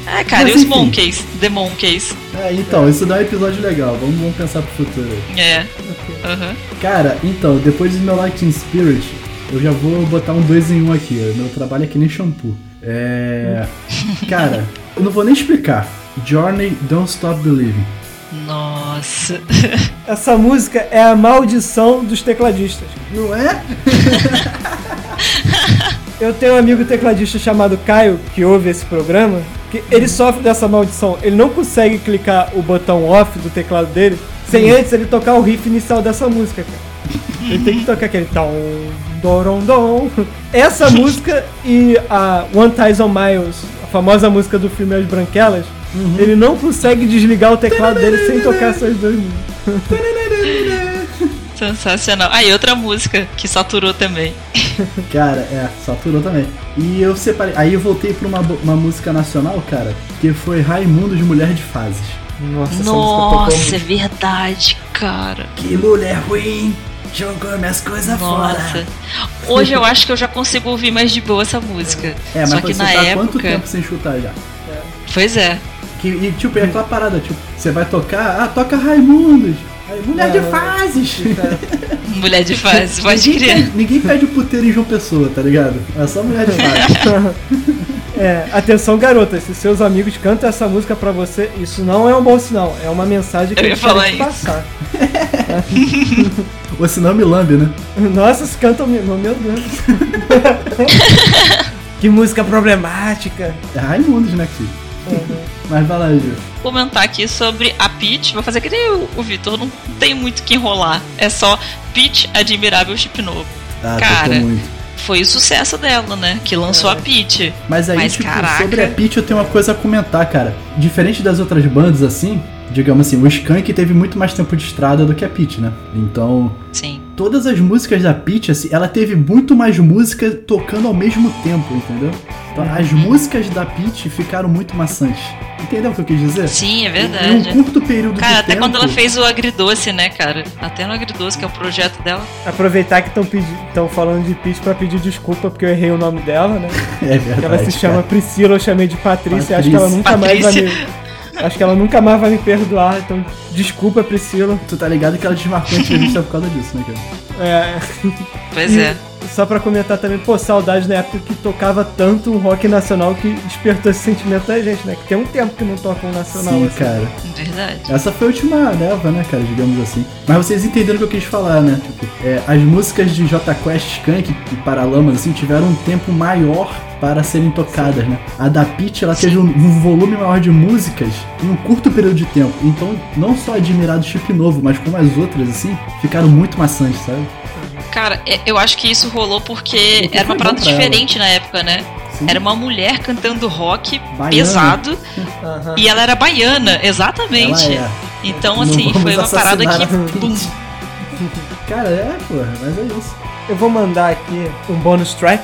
C: Ah, cara,
A: Mas
C: e os
A: enfim.
C: Monkeys? The Monkeys.
A: É, então, isso dá um episódio legal. Vamos, vamos pensar pro futuro. aí.
C: É. Aham.
A: Cara, então, depois do meu Light in Spirit, eu já vou botar um dois em um aqui. ó. Meu trabalho é que nem shampoo. É. Cara, eu não vou nem explicar. Journey Don't Stop Believing.
C: Nossa.
B: Essa música é a maldição dos tecladistas.
A: Não é?
B: Eu tenho um amigo tecladista chamado Caio, que ouve esse programa, que ele sofre dessa maldição. Ele não consegue clicar o botão off do teclado dele sem antes ele tocar o riff inicial dessa música, cara. Ele tem que tocar aquele tom, dorom, dom. Essa música e a One Thousand Miles, a famosa música do filme As Branquelas, ele não consegue desligar o teclado dele sem tocar essas duas músicas.
C: Sensacional. Ah, e outra música que saturou também.
A: Cara, é, saturou também. E eu separei. Aí eu voltei pra uma, bo- uma música nacional, cara, que foi Raimundo de Mulher de Fases.
B: Nossa,
C: Nossa, é verdade, cara.
A: Que mulher ruim! Jogou minhas coisas
C: Nossa. Hoje eu acho que eu já consigo ouvir mais de boa essa música.
A: É, mas
C: Só
A: você
C: que
A: tá
C: na
A: há quanto
C: época.
A: tempo sem chutar já?
C: Pois é.
A: Que, e tipo, é aquela parada, tipo, você vai tocar, ah, toca Raimundos. Aí, Mulher de
B: Ah,
A: fases.
C: Mulher de fase, pode crer.
A: Ninguém pede o puteiro em João Pessoa, tá ligado? É só mulher de fases.
B: É, atenção garotas, se seus amigos cantam essa música pra você, isso não é um bom sinal, é uma mensagem que
C: Eu ia
B: eles
C: falar
B: querem te
C: isso.
B: passar.
A: Ou senão me lambe, né?
B: Nossa, se cantam, meu meu Deus. que música problemática.
A: É Raimundos, né, Kiki? Mas vai lá, Ju.
C: Comentar aqui sobre a Peach. Vou fazer que nem o, o Vitor. Não tem muito o que enrolar. É só Peach Admirável Chip Novo.
A: Ah,
C: Cara.
A: tocou muito.
C: foi o sucesso dela, né? Que lançou
B: É.
C: a Peach.
A: Mas aí,
C: Mas,
A: tipo,
C: caraca.
A: sobre a Peach eu tenho uma coisa a comentar, cara. Diferente das outras bandas, assim, digamos assim, o Skank teve muito mais tempo de estrada do que a Peach, né? Então,
C: Sim.
A: todas as músicas da Peach, assim, ela teve muito mais música tocando ao mesmo tempo, entendeu? Então, as músicas da Peach ficaram muito maçantes. Entendeu o que eu quis dizer?
C: Sim,
A: Em
C: é
A: um
C: verdade.
A: curto período de
C: Cara, até
A: tempo...
C: quando ela fez o Agridoce, né, cara? Até no Agridoce, que é o projeto dela.
B: Aproveitar que estão falando de Peach pra pedir desculpa porque eu errei o nome dela, né?
A: É verdade,
B: Que ela se chama
A: cara.
B: Priscila, eu chamei de Patrícia. Acho que ela nunca
C: Patrícia.
B: mais vai me. Acho que ela nunca mais vai me perdoar, então desculpa, Priscila.
A: Tu tá ligado que ela desmarcou a entrevista por causa disso, né, cara?
B: É,
C: Pois é.
B: só pra comentar também, pô, saudade na época que tocava tanto um rock nacional que despertou esse sentimento da gente, né? Que tem um tempo que não toca um nacional.
A: Sim,
B: assim.
A: cara.
C: Verdade.
A: Essa foi a última leva, né, cara, digamos assim. Mas vocês entenderam o que eu quis falar, né? Tipo, é, as músicas de J Quest, Skank e Paralamas, assim, tiveram um tempo maior para serem tocadas, né? A da Peach, ela teve um, um volume maior de músicas em um curto período de tempo. Então, não só admirar do chip novo, mas como as outras, assim, ficaram muito maçantes, sabe?
C: Cara, é- eu acho que isso rolou porque
A: Porque
C: era
A: foi
C: uma parada
A: bom pra ela.
C: diferente na época, né?
A: Sim.
C: Era uma mulher cantando rock
A: Baiana. Ah.
C: pesado
B: Aham.
C: e ela era baiana,
A: ela
C: exatamente.
A: é.
C: Então,
A: Não
C: assim,
A: vamos
C: foi uma parada
A: assassinar a
C: que. Bum,
A: Peach. Cara, é, porra, mas é isso.
B: Eu vou mandar aqui um bonus track,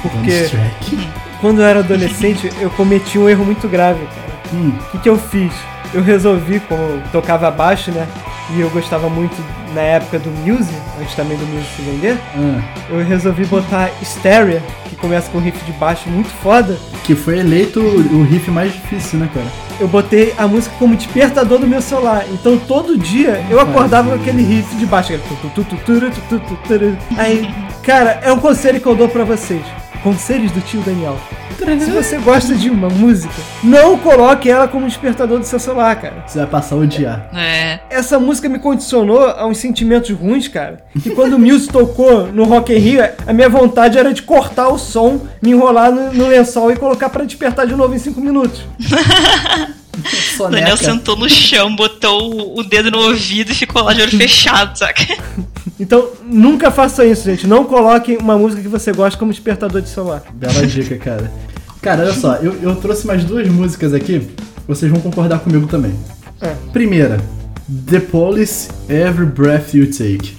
B: porque
A: Bonus track.
B: quando eu era adolescente eu cometi um erro muito grave, cara.
A: Hum,
B: O que, que eu fiz? Eu resolvi, como eu tocava baixo, né? E eu gostava muito na época do Muse, antes também do Muse se vender,
A: ah,
B: eu resolvi botar Hysteria, que começa com um riff de baixo muito foda.
A: que foi eleito o o riff mais difícil, né, cara?
B: Eu botei a música como despertador do meu celular. Então todo dia eu acordava com aquele riff de baixo. aquele tu, tu, tu, tu, tu, tu, tu, tu, tu. Aí, cara, é um conselho que eu dou pra vocês. Conselhos do tio Daniel. Se você gosta de uma música, não coloque ela como despertador do seu celular, cara.
A: Você vai passar a odiar.
C: é.
B: essa música me condicionou a uns sentimentos ruins, cara. E quando o Muse tocou no Rock in Rio, a minha vontade era de cortar o som, me enrolar no, no lençol e colocar pra despertar de novo em 5 minutos.
C: O
A: Soneca.
C: Daniel sentou no chão, botou o- o dedo no ouvido e ficou lá de olho fechado, saca?
B: Então, nunca faça isso, gente. Não coloque uma música que você gosta como despertador de celular.
A: Bela dica, cara. Cara, olha só, eu, eu trouxe mais duas músicas aqui, vocês vão concordar comigo também.
B: É.
A: Primeira, The Police Every Breath You Take.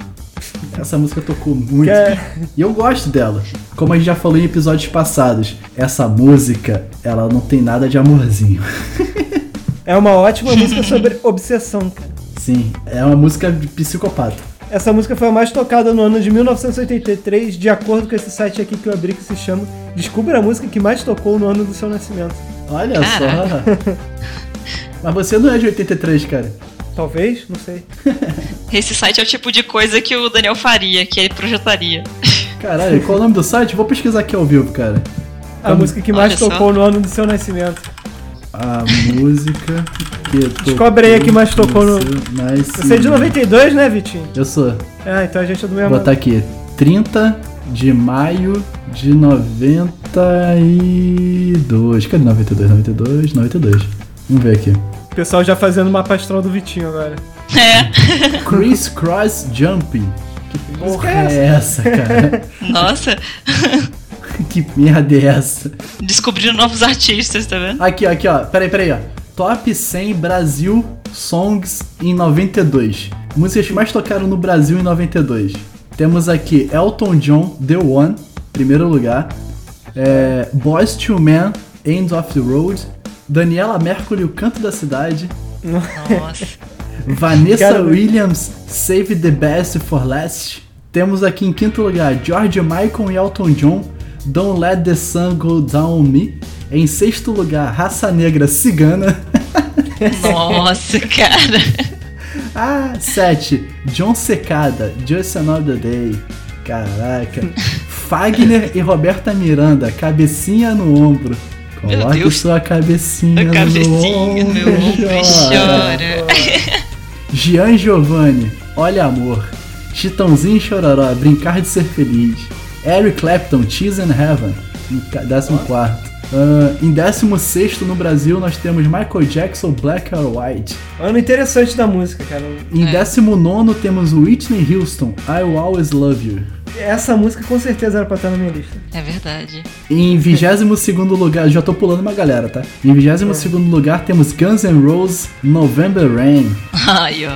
A: Essa música tocou muito.
B: Que-
A: E eu gosto dela. Como a gente já falou em episódios passados, essa música, ela não tem nada de amorzinho.
B: É uma ótima música sobre obsessão, cara.
A: Sim, é uma música de psicopata.
B: Essa música foi a mais tocada no ano de 1983, de acordo com esse site aqui que eu abri que se chama Descubra a música que mais tocou no ano do seu nascimento.
A: Olha só. Mas você não é de 83, cara.
B: Talvez, não sei.
C: Esse site é o tipo de coisa que o Daniel faria, que ele projetaria.
A: Caralho, qual é o nome do site? Vou pesquisar aqui ao vivo, cara.
B: A música que
C: Olha
B: mais
C: só.
B: tocou no ano do seu nascimento.
A: A música que tocou
B: Descobre aí a que mais tocou no-
A: seu nascimento.
B: Você é de 92, né, Vitinho?
A: Eu sou.
B: Ah, então a gente é do mesmo
A: Vou botar aqui. 30 de maio de 92. Cadê 92? 92, 92. Vamos ver aqui.
B: ano. O pessoal já fazendo mapa astral do Vitinho agora.
C: É.
A: Criss Cross Jumping. Que
B: música
A: porra
B: é
A: é essa, cara?
C: Nossa.
A: que merda é essa?
C: Descobrindo novos artistas, tá vendo?
A: Aqui, ó, aqui, ó. Peraí, peraí, ó. Top 100 Brasil Songs em 92. Músicas que mais tocaram no Brasil em 92. Temos aqui Elton John, The One, primeiro lugar. É, Boys to Men, End of the Road. Daniela Mercury, O Canto da Cidade.
C: Nossa.
A: Vanessa
B: Quero ver.
A: Williams, Save the Best for Last. Temos aqui em quinto lugar George Michael e Elton John, Don't Let the Sun Go Down on Me. Em sexto lugar, Raça Negra Cigana.
C: Nossa, cara.
A: ah, sete, John Secada, Just Another Day. Caraca. Fagner e Roberta Miranda, Cabecinha no Ombro.
C: Meu
A: Coloque
C: Deus.
A: sua cabecinha,
C: Cabecinha
A: no
C: meu
A: ombro,
C: ombro
A: e chora.
C: chora.
A: Gian Giovanni, Olha Amor, Chitãozinho e Chororó, Brincar de Ser Feliz, Eric Clapton, Cheese in Heaven, em ca- décimo quarto. Ahn, em 16 no Brasil nós temos Michael Jackson, Black or White.
B: Ano interessante da música, cara.
A: Em 19 temos Whitney Houston, I Will Always Love You.
B: Essa música com certeza era pra estar na minha lista.
C: É verdade.
A: Em 22º lugar, já tô pulando uma galera, tá? Em 22º lugar temos Guns N' Roses November Rain.
C: Aí, ó.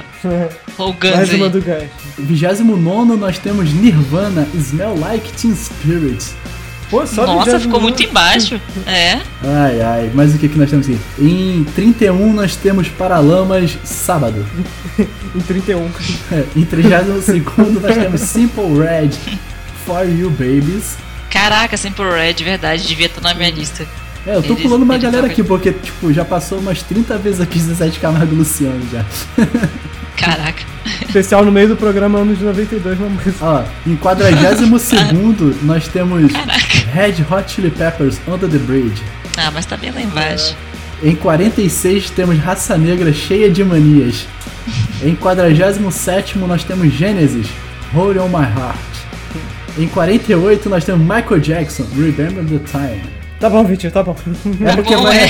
C: Ou Guns
B: Mais uma
C: aí.
B: do Guns.
A: 29º nós temos Nirvana Smell Like Teen Spirit.
B: Pô, só do
C: Nossa,
B: Guns
C: ficou
B: N'
C: muito
B: Roses.
C: embaixo. É.
A: Ai ai, mas o que que nós temos aqui? Em 31 nós temos Paralamas Sábado.
B: Em 31.
A: É, em 32 nós temos Simple Red For You Babies.
C: Caraca, Simple Red, de verdade, devia estar na minha lista.
A: É, eu tô
C: Eles-
A: pulando uma
C: eles
A: galera
C: tocam-
A: aqui, porque, tipo, já passou umas 30 vezes aqui 17 Camargo e Luciano já.
C: Caraca.
B: Especial no meio do programa anos 92, uma música.
A: Ó, em 42 nós temos Red Hot Chili Peppers Under the Bridge.
C: Ah, mas tá bem lá embaixo.
A: Em 46 temos Raça Negra Cheia de Manias. Em 47 nós temos Genesis, Hold on My Heart. Em 48 nós temos Michael Jackson, Remember the Time.
B: Tá bom, Vitinho, tá bom.
A: É porque
C: Bom,
A: vai-
C: é.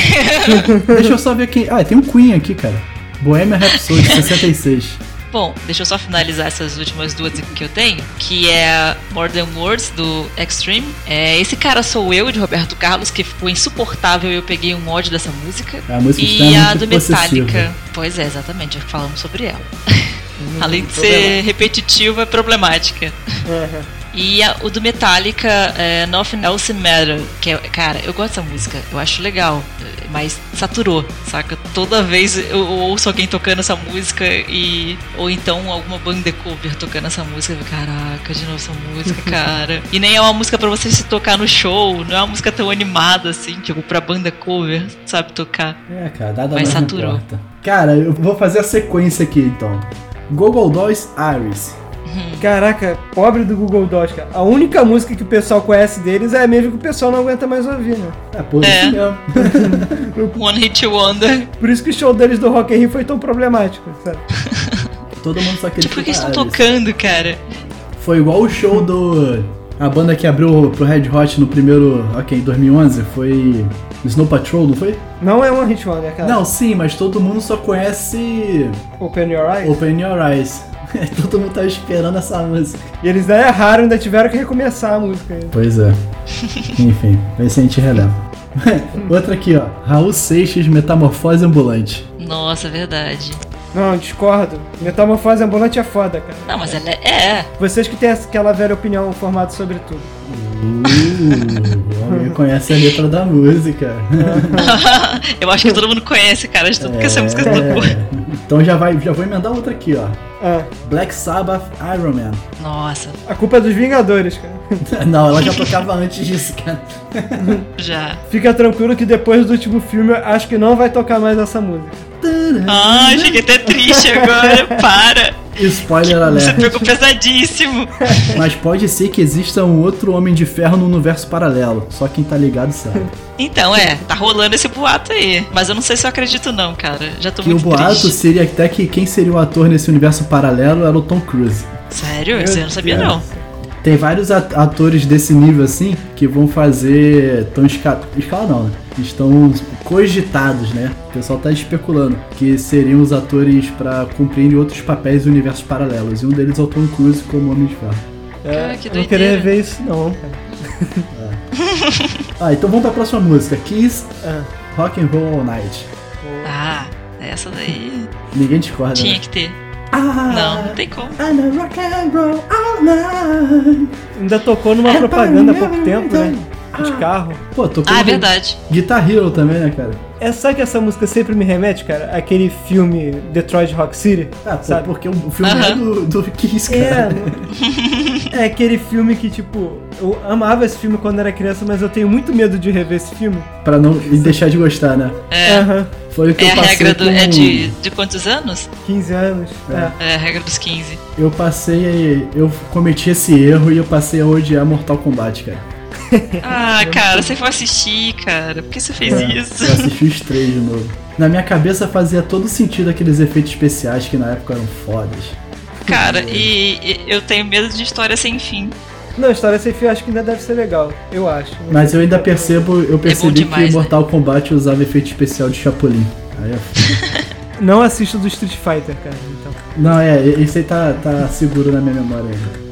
A: Deixa eu só ver quem. Ah, tem um Queen aqui, cara. Bohemian Rhapsody 66.
C: Bom, deixa eu só finalizar essas últimas duas aqui que eu tenho, que é More Than Words, do Extreme. É, esse cara sou eu, de Roberto Carlos, que ficou insuportável e eu peguei um ódio dessa música.
A: É, a música
C: e
A: extremamente
C: a do
A: possessiva.
C: Metallica. Pois é, exatamente, já falamos sobre ela. Além de ser
B: problema.
C: repetitiva, é problemática. E a- o do Metallica, é, Nothing Else Matter, que é, cara, eu gosto dessa música, eu acho legal, é, mas saturou, saca? Toda vez eu eu ouço alguém tocando essa música e. Ou então alguma banda cover tocando essa música, eu, caraca, de novo essa música, cara. e nem é uma música pra você se tocar no show, não é uma música tão animada assim, tipo, pra banda cover, sabe, tocar.
A: É, cara, dá da
C: Mas
A: mesma
C: saturou.
A: porta. Cara, eu vou fazer a sequência aqui então. Google Dolls Iris.
B: Caraca, pobre do Google Docs, cara. A única música que o pessoal conhece deles é a mesma que o pessoal não aguenta mais ouvir, né?
A: É, por isso
C: É.
A: mesmo.
C: One Hit Wonder.
B: Por isso que o show deles do Rock in Rio foi tão problemático, sabe?
A: Todo mundo só queria
C: Tipo, por que eles estão
A: escutar Iris.
C: tocando, cara?
A: Foi igual o show do. A banda que abriu pro Red Hot no primeiro. Ok, em 2011 foi. Snow Patrol, não foi?
B: Não é um hit one, né, cara?
A: Não, sim, mas todo mundo só conhece.
B: Open Your Eyes.
A: Open Your Eyes. todo mundo tava esperando essa música.
B: E eles ainda erraram, ainda tiveram que recomeçar a música. ainda.
A: Pois é. Enfim, vai ser a gente releva. Outra aqui, ó. Raul Seixas, Metamorfose Ambulante.
C: Nossa, é verdade.
B: Não, discordo. Metamorfose Ambulante é foda, cara.
C: Não, mas ela é. é.
B: Vocês que têm aquela velha opinião formada sobre tudo.
A: Uh, o homem conhece a letra da música.
C: Eu acho que todo mundo conhece, cara, de tudo que essa música tocou.
A: É. Então já, vai, já vou emendar outra aqui, ó.
B: Ah,
A: Black Sabbath Iron Man.
C: Nossa,
B: a culpa é dos Vingadores, cara.
A: Não, ela já tocava antes disso, cara.
C: já.
B: Fica tranquilo que depois do último filme eu acho que não vai tocar mais essa música.
A: Hum.
C: Ai, cheguei até triste agora,
A: É.
C: para.
A: Spoiler
C: Você
A: alert.
C: pegou pesadíssimo.
A: Mas pode ser que exista um outro Homem de Ferro no universo paralelo. Só quem tá ligado sabe.
C: Então, é, tá rolando esse boato aí. Mas eu não sei se eu acredito, não, cara. Já tô
A: Que o
C: muito
A: boato
C: triste.
A: seria até que quem seria o ator nesse universo paralelo era o Tom Cruise.
C: Sério? Isso eu não sabia, não.
A: Tem vários at- atores desse nível assim que vão fazer. Estão escala. Escala não, né? Estão cogitados, né? O pessoal tá especulando que seriam os atores pra cumprirem outros papéis em universos paralelos. E um deles é o Tom Cruise como Homem de Ferro.
C: Cara, Ah, que
B: É, eu não
C: doideira.
B: queria ver isso não, cara.
A: Ah, então vamos pra próxima música: Kiss
B: Ah,
A: Rock and Roll All Night.
C: Ah, essa daí
A: Ninguém discorda.
C: tinha
A: Né?
C: que ter.
A: Ah,
C: Não, não tem como.
A: I'm a rock and roll all night.
B: ainda tocou numa propaganda há pouco tempo, né? De carro.
A: Pô, tô com
C: Ah, é verdade.
A: Guitar Hero também, né, cara?
B: É só que essa música sempre me remete, cara, aquele filme Detroit Rock City,
A: Ah, pô,
B: sabe?
A: porque o filme é do, do Kiss, cara.
B: É, é aquele filme que, tipo, eu amava esse filme quando era criança, mas eu tenho muito medo de rever esse filme.
A: Pra não deixar de gostar, né?
C: É.
B: Aham,
A: Foi o que
C: É
A: eu
C: a
A: passei
C: regra do.
A: com... um-
C: É de, de quantos anos?
B: 15 anos. É.
C: É a regra dos 15.
A: Eu passei... Eu cometi esse erro e eu passei a odiar Mortal Kombat, cara.
C: Ah, cara, você foi assistir, cara. Por que você fez
A: É,
C: isso?
A: Eu assisti os três de novo. Na minha cabeça fazia todo sentido aqueles efeitos especiais que na época eram fodas.
C: Cara, e, e eu tenho medo de história sem fim.
B: Não, história sem fio acho que ainda deve ser legal, eu acho.
A: Mas eu ainda percebo... Eu percebi
C: É demais, né?
A: que Mortal Kombat usava efeito especial de Chapolin. Aí é eu...
B: Não assisto do Street Fighter, cara, então.
A: Não, é, esse aí tá, tá seguro na minha memória ainda.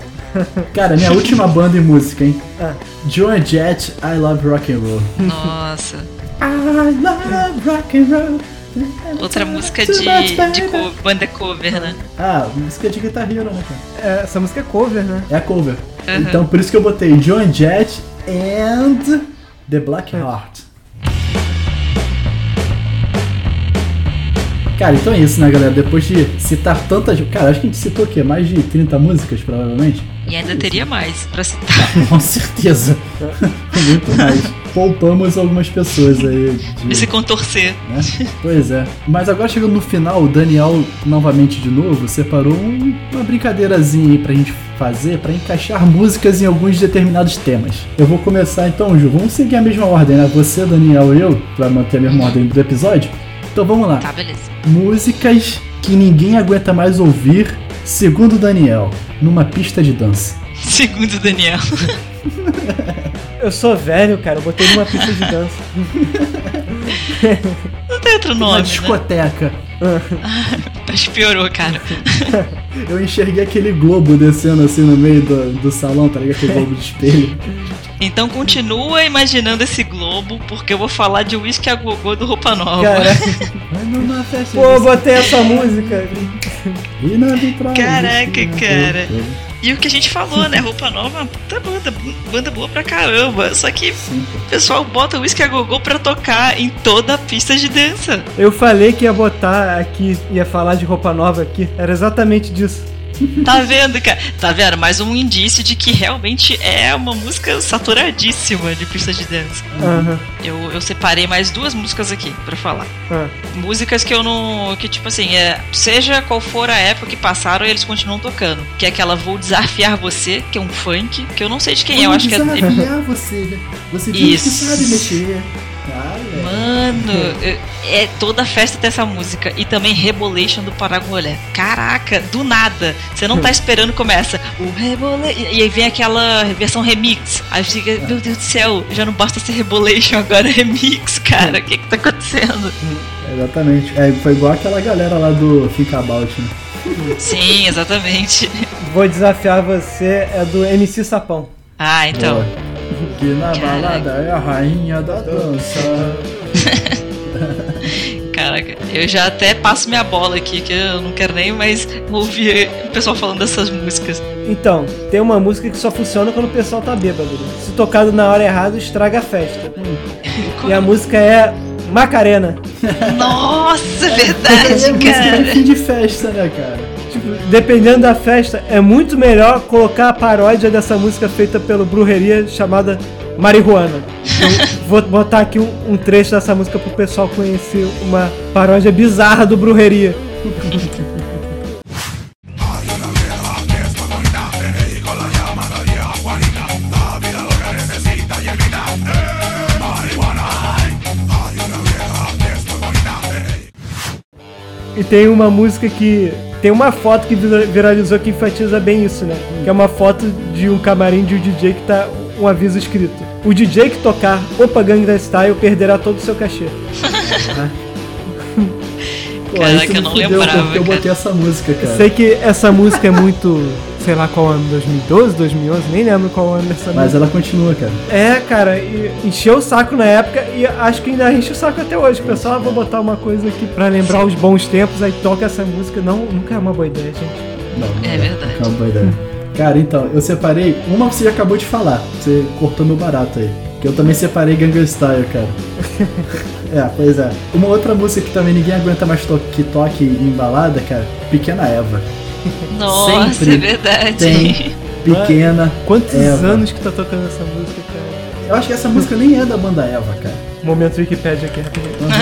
A: Cara, minha última banda em música, hein?
B: Ah.
A: Joan Jett, I Love Rock and Roll.
C: Nossa.
A: I love rock and roll.
C: Outra música de, de co- banda cover, né?
A: Ah, música de Guitar Hero, né, cara?
B: É, essa música é cover, né?
A: É a cover.
C: Aham.
A: Então por isso que eu botei Joan Jett and The Black Heart. Cara, então é isso, né, galera? Depois de citar tantas. Cara, acho que a gente citou o quê? Mais de 30 músicas, provavelmente?
C: E ainda teria mais pra citar.
A: Com certeza. Muito mais. Poupamos algumas pessoas aí. de-
C: E se contorcer.
A: né? Pois é. Mas agora chegando no final, o Daniel, novamente de novo, separou um- uma brincadeirazinha aí pra gente fazer pra encaixar músicas em alguns determinados temas. Eu vou começar então, Ju. Vamos seguir a mesma ordem, né? Você, Daniel e eu, pra manter a mesma ordem do episódio. Então vamos lá.
C: Tá, beleza.
A: Músicas que ninguém aguenta mais ouvir, segundo o Daniel, numa pista de dança.
C: Segundo o Daniel.
B: Eu sou velho, cara. Eu botei numa pista de dança.
C: Não tem outro
A: Uma
C: nome, né?
A: discoteca.
C: Acho que piorou, cara.
A: Eu enxerguei aquele globo descendo assim no meio do, do salão, tá ligado? Aquele globo de espelho.
C: Então continua imaginando esse globo, porque eu vou falar de uísque a gogô do Roupa Nova.
B: Cara,
A: Vai numa festa
B: pô, eu botei essa música.
A: E na vitrola.
C: Caraca,
A: existe, né?
C: cara. E o que a gente falou, né? Roupa Nova é uma puta banda, banda boa pra caramba. Só que
A: Sim, pô.
C: o pessoal bota o uísque a gogô pra tocar em toda a pista de dança.
B: Eu falei que ia botar aqui, ia falar de roupa nova aqui. Era exatamente disso.
C: Tá vendo, cara? Tá vendo? Mais um indício de que realmente é uma música saturadíssima de pista de dança.
B: Aham.
C: Eu, eu separei mais duas músicas aqui pra falar.
B: Ah.
C: Músicas que eu não. que tipo assim, é, seja qual for a época que passaram, eles continuam tocando. Que é aquela Vou Desafiar Você, que é um funk, que eu não sei de quem é, eu acho que é.
A: Vamos desafiar você, né? Você diz que
C: Isso.
A: sabe mexer. Ah, é.
C: Mano, eu- é toda a festa dessa música. E também Rebolation do Paragolé. Caraca, do nada. Você não tá esperando, começa o Rebolation. E aí vem aquela versão remix. Aí fica, meu Deus do céu, já não basta ser Rebolation, agora é remix, cara. O que que tá acontecendo?
A: Exatamente. É, foi igual aquela galera lá do Fica About, né?
C: Sim, exatamente.
B: Vou desafiar você, é do MC Sapão.
C: Ah, então.
A: Ó, Que na
C: Caraca.
A: balada é a rainha da dança.
C: Caraca, eu já até passo minha bola aqui, que eu não quero nem mais ouvir o pessoal falando dessas músicas.
B: Então, tem uma música que só funciona quando o pessoal tá bêbado. né? Se tocado na hora errada, estraga a festa. E a música é Macarena.
C: Nossa,
A: É
C: verdade,
A: música de
C: cara.
A: fim de festa, né, cara?
B: Dependendo da festa, é muito melhor colocar a paródia dessa música feita pelo Brujeria chamada Marihuana. Eu vou botar aqui um, um trecho dessa música pro pessoal conhecer uma paródia bizarra do Brujeria. E tem uma música que. Tem uma foto que vira- viralizou que enfatiza bem isso, né? Que é uma foto de um camarim de um DJ que tá um aviso escrito. O DJ que tocar Opa Gangnam Style perderá todo o seu cachê.
A: Pô,
C: Caraca,
A: isso me
C: eu não
A: fudeu,
C: lembrava,
A: Porque eu
C: cara.
A: botei essa música,
B: Eu
A: cara.
B: sei que essa música é muito. sei lá qual ano, 2012, 2011, nem lembro qual ano dessa
A: Mas
B: música.
A: ela continua, cara.
B: É, cara, e encheu o saco na época e acho que ainda enche o saco até hoje. Pessoal, ah, vou botar uma coisa aqui pra lembrar os bons tempos, aí toca essa música. Não, nunca é uma boa ideia, gente.
A: Não, não
C: É verdade.
A: Não é uma boa ideia. Cara, então, eu separei. Uma você já acabou de falar. Você cortou meu barato aí. Que eu também separei Gangnam Style, cara. é, pois é. Uma outra música que também ninguém aguenta mais to que toque em balada, cara. Pequena Eva.
C: Nossa,
A: Sempre
C: é verdade.
A: tem. Pequena.
B: Quantos
A: Eva.
B: anos que tá tocando essa música, cara?
A: Eu acho que essa música nem é da banda Eva, cara. Então,
B: Momento Wikipedia aqui, rapidinho.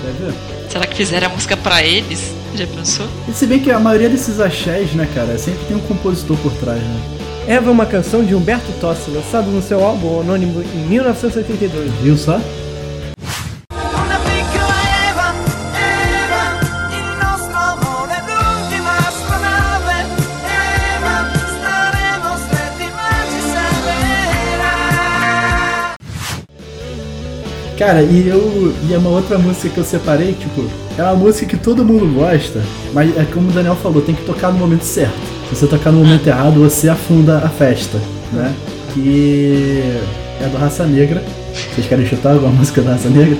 A: Quer ver?
C: Será que fizeram a música pra eles? Já pensou?
A: E se bem que a maioria desses axés, né, cara, sempre tem um compositor por trás, né?
B: Eva é uma canção de Humberto Tossi, lançado no seu álbum anônimo em 1982.
A: Viu só?
D: Una piccola Eva, Eva, il nostro amore è l'ultima astronave. Eva, staremo stretti ma ci servirà.
A: Cara, e eu. E é uma outra música que eu separei, tipo, é uma música que todo mundo gosta, mas é como o Daniel falou, tem que tocar no momento certo. Se você tocar no momento errado, você afunda a festa, né? Que é do Raça Negra. Vocês querem chutar alguma música da Raça Negra?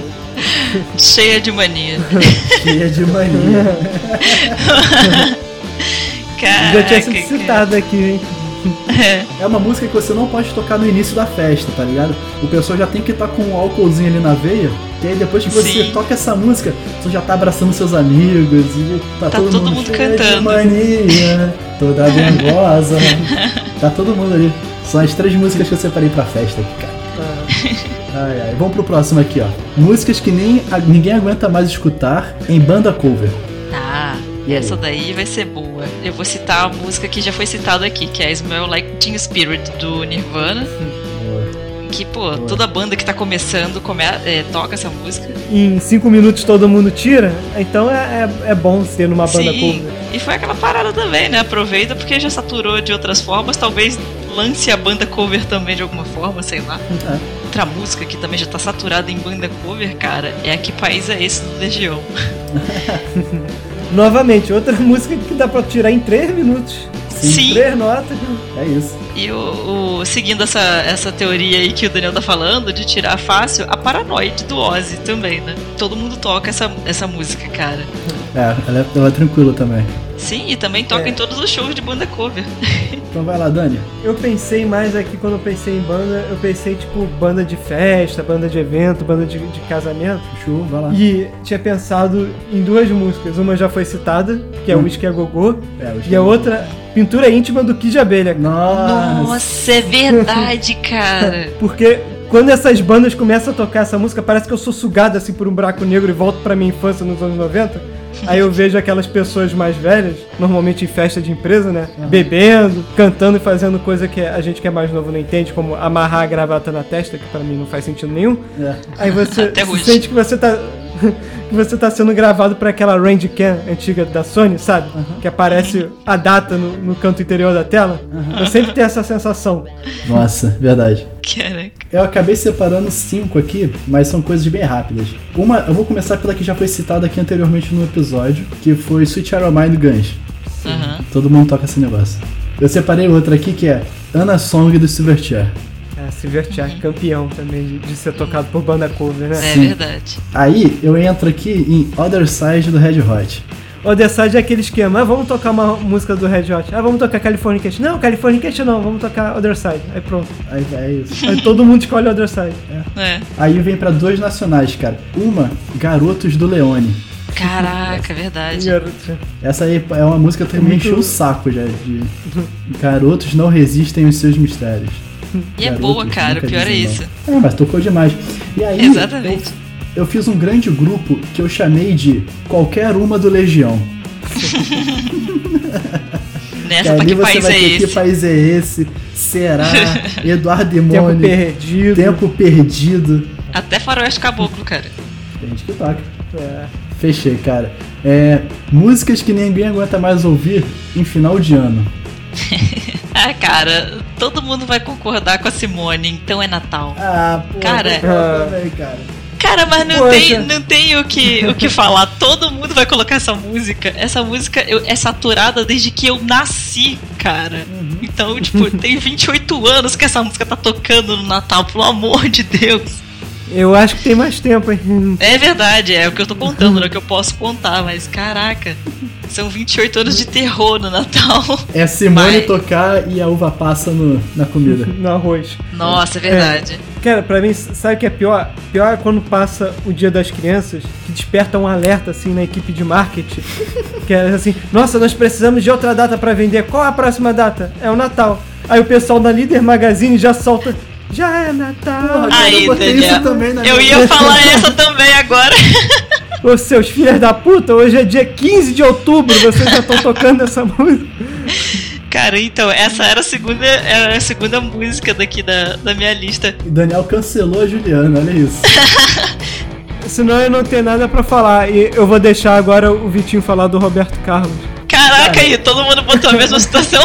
C: Cheia de mania.
A: Cheia de mania.
C: Caraca, É,
B: Já tinha sido
C: cara.
B: citado aqui, hein?
A: É uma música que você não pode tocar no início da festa, tá ligado? O pessoal já tem que estar com um álcoolzinho ali na veia, que aí depois que você
C: Sim.
A: toca essa música, você já tá abraçando seus amigos e tá,
C: Tá
A: todo,
C: todo
A: mundo,
C: mundo
A: cheio De
C: cantando.
A: mania, toda dengosa. tá todo mundo ali. São as três músicas que eu separei pra festa aqui, cara.
B: Ah.
A: Ai, ai. Vamos pro próximo aqui, ó. Músicas que nem ninguém aguenta mais escutar em banda cover.
B: Tá,
C: Ah,
A: E aí?
C: essa daí vai ser boa. Eu vou citar a música que já foi citada aqui, que é Smell Like Teen Spirit do Nirvana. Que, pô, toda banda que tá começando come- é, toca essa música.
B: Em cinco minutos todo mundo tira, então é, é, é bom ser numa banda
C: Sim.
B: cover.
C: E foi aquela parada também, né? Aproveita porque já saturou de outras formas. Talvez lance a banda cover também de alguma forma, sei lá.
A: É.
C: Outra música que também já tá saturada em banda cover, cara, é a Que País é Esse do Legião.
B: Novamente, outra música que dá pra tirar em três minutos.
A: Sim.
B: Três notas.
A: É isso.
C: E o, o- seguindo essa, essa teoria aí que o Daniel tá falando, de tirar fácil, a Paranoide do Ozzy também, né? Todo mundo toca essa, essa música, cara.
A: É, ela é, ela é tranquila também.
C: Sim, e também toca
B: É.
C: em todos os shows de banda cover.
A: Então vai lá, Dani.
B: Eu pensei mais aqui quando eu pensei em banda, eu pensei tipo banda de festa, banda de evento, banda de, de casamento.
A: Show, vai lá.
B: E tinha pensado em duas músicas. Uma já foi citada, que é
A: Hum.
B: o Whisky a Gogô,
A: É, eu
B: e a outra, Pintura Íntima do Kid Abelha.
A: Nossa.
C: Nossa, é verdade, cara.
B: Porque quando essas bandas começam a tocar essa música, parece que eu sou sugado assim por um buraco negro e volto pra minha infância nos anos 90. Aí eu vejo aquelas pessoas mais velhas, normalmente em festa de empresa, né? Bebendo, cantando e fazendo coisa que a gente que é mais novo não entende, como amarrar a gravata na testa, que pra mim não faz sentido nenhum.
A: É.
B: Aí você
C: Até hoje.
B: sente que você tá. que você tá sendo gravado pra aquela Range Can antiga da Sony, sabe? Que aparece a data no, no canto interior da tela. Eu sempre tenho essa sensação.
A: Nossa, verdade.
C: Caraca.
A: Eu acabei separando cinco aqui, mas são coisas bem rápidas. Uma, eu vou começar pela que já foi citada aqui anteriormente no episódio, que foi Sweet Arrow Mind Guns.
C: Aham.
A: Todo mundo toca esse negócio. Eu separei outra aqui que é Anna Song do Silverchair.
B: É, Silver Chair, campeão também de, de ser tocado por banda cover, né?
C: É
A: Sim.
C: verdade.
A: Aí eu entro aqui em Other Side do Red Hot.
B: O The Side é aquele esquema, ah, vamos tocar uma música do Red Hot. Ah, vamos tocar Californication. Não, Californication não, vamos tocar Other Side. Aí pronto.
A: Aí é isso.
B: Aí todo mundo escolhe Other Side.
C: É.
A: Aí vem pra dois nacionais, cara. Uma, Garotos do Leone.
C: Caraca, é verdade.
B: Garoto.
A: Essa aí é uma música que também
B: Muito-
A: encheu o saco já de Garotos não resistem aos seus mistérios.
C: E é
A: Garotos,
C: boa, cara. O
A: nunca
C: pior é isso.
A: dizem não. É, mas tocou demais. E aí,
C: Exatamente.
A: Eu, eu fiz um grande grupo que eu chamei de Qualquer Uma do Legião. que
C: Nessa, pra
A: ali
C: que
A: você
C: país
A: vai
C: é
A: ter que
C: esse?
A: país é esse? Será? Eduardo
B: Tempo
A: Demônio.
B: perdido.
A: Tempo perdido.
C: Até faroeste caboclo, cara.
A: Tem gente que toca.
B: É.
A: Fechei, cara. É, músicas que ninguém aguenta mais ouvir em final de ano.
C: Ah, cara, todo mundo vai concordar com a Simone, então é Natal.
A: Ah, pô,
C: Cara.
A: eu também, cara.
C: Cara, mas não
B: Poxa.
C: tem, não tem o, que, o que falar. Todo mundo vai colocar essa música. Essa música eu- é saturada desde que eu nasci, cara.
A: Uhum.
C: Então, tipo, tem 28 anos que essa música tá tocando no Natal, pelo amor de Deus.
B: Eu acho que tem mais tempo, hein?
C: É verdade, é o que eu tô contando, né? O que eu posso contar, mas caraca, são 28 anos de terror no Natal.
A: É Simone
C: Vai.
A: tocar e a uva passa no, na comida.
B: No arroz.
C: Nossa, é verdade.
B: Cara, pra mim, sabe o que é pior? Pior é quando passa o Dia das Crianças, que desperta um alerta, assim, na equipe de marketing. Que é assim, nossa, nós precisamos de outra data pra vender. Qual a próxima data? É o Natal. Aí o pessoal da Líder Magazine já solta, já é Natal.
A: Ah, eu
C: Aí,
A: botei isso
C: Daniel.
A: também na
C: Eu
A: minha
C: ia
A: lista.
C: falar essa também agora.
B: Ô, seus filhos da puta, hoje é dia 15 de outubro, vocês já estão tocando essa música.
C: Cara, então, essa era a segunda, era a segunda música daqui da, da minha lista.
A: E Daniel cancelou a Juliana, olha isso.
B: Senão eu não tenho nada pra falar. E eu vou deixar agora o Vitinho falar do Roberto Carlos.
C: Caraca, aí, todo mundo botou a mesma situação.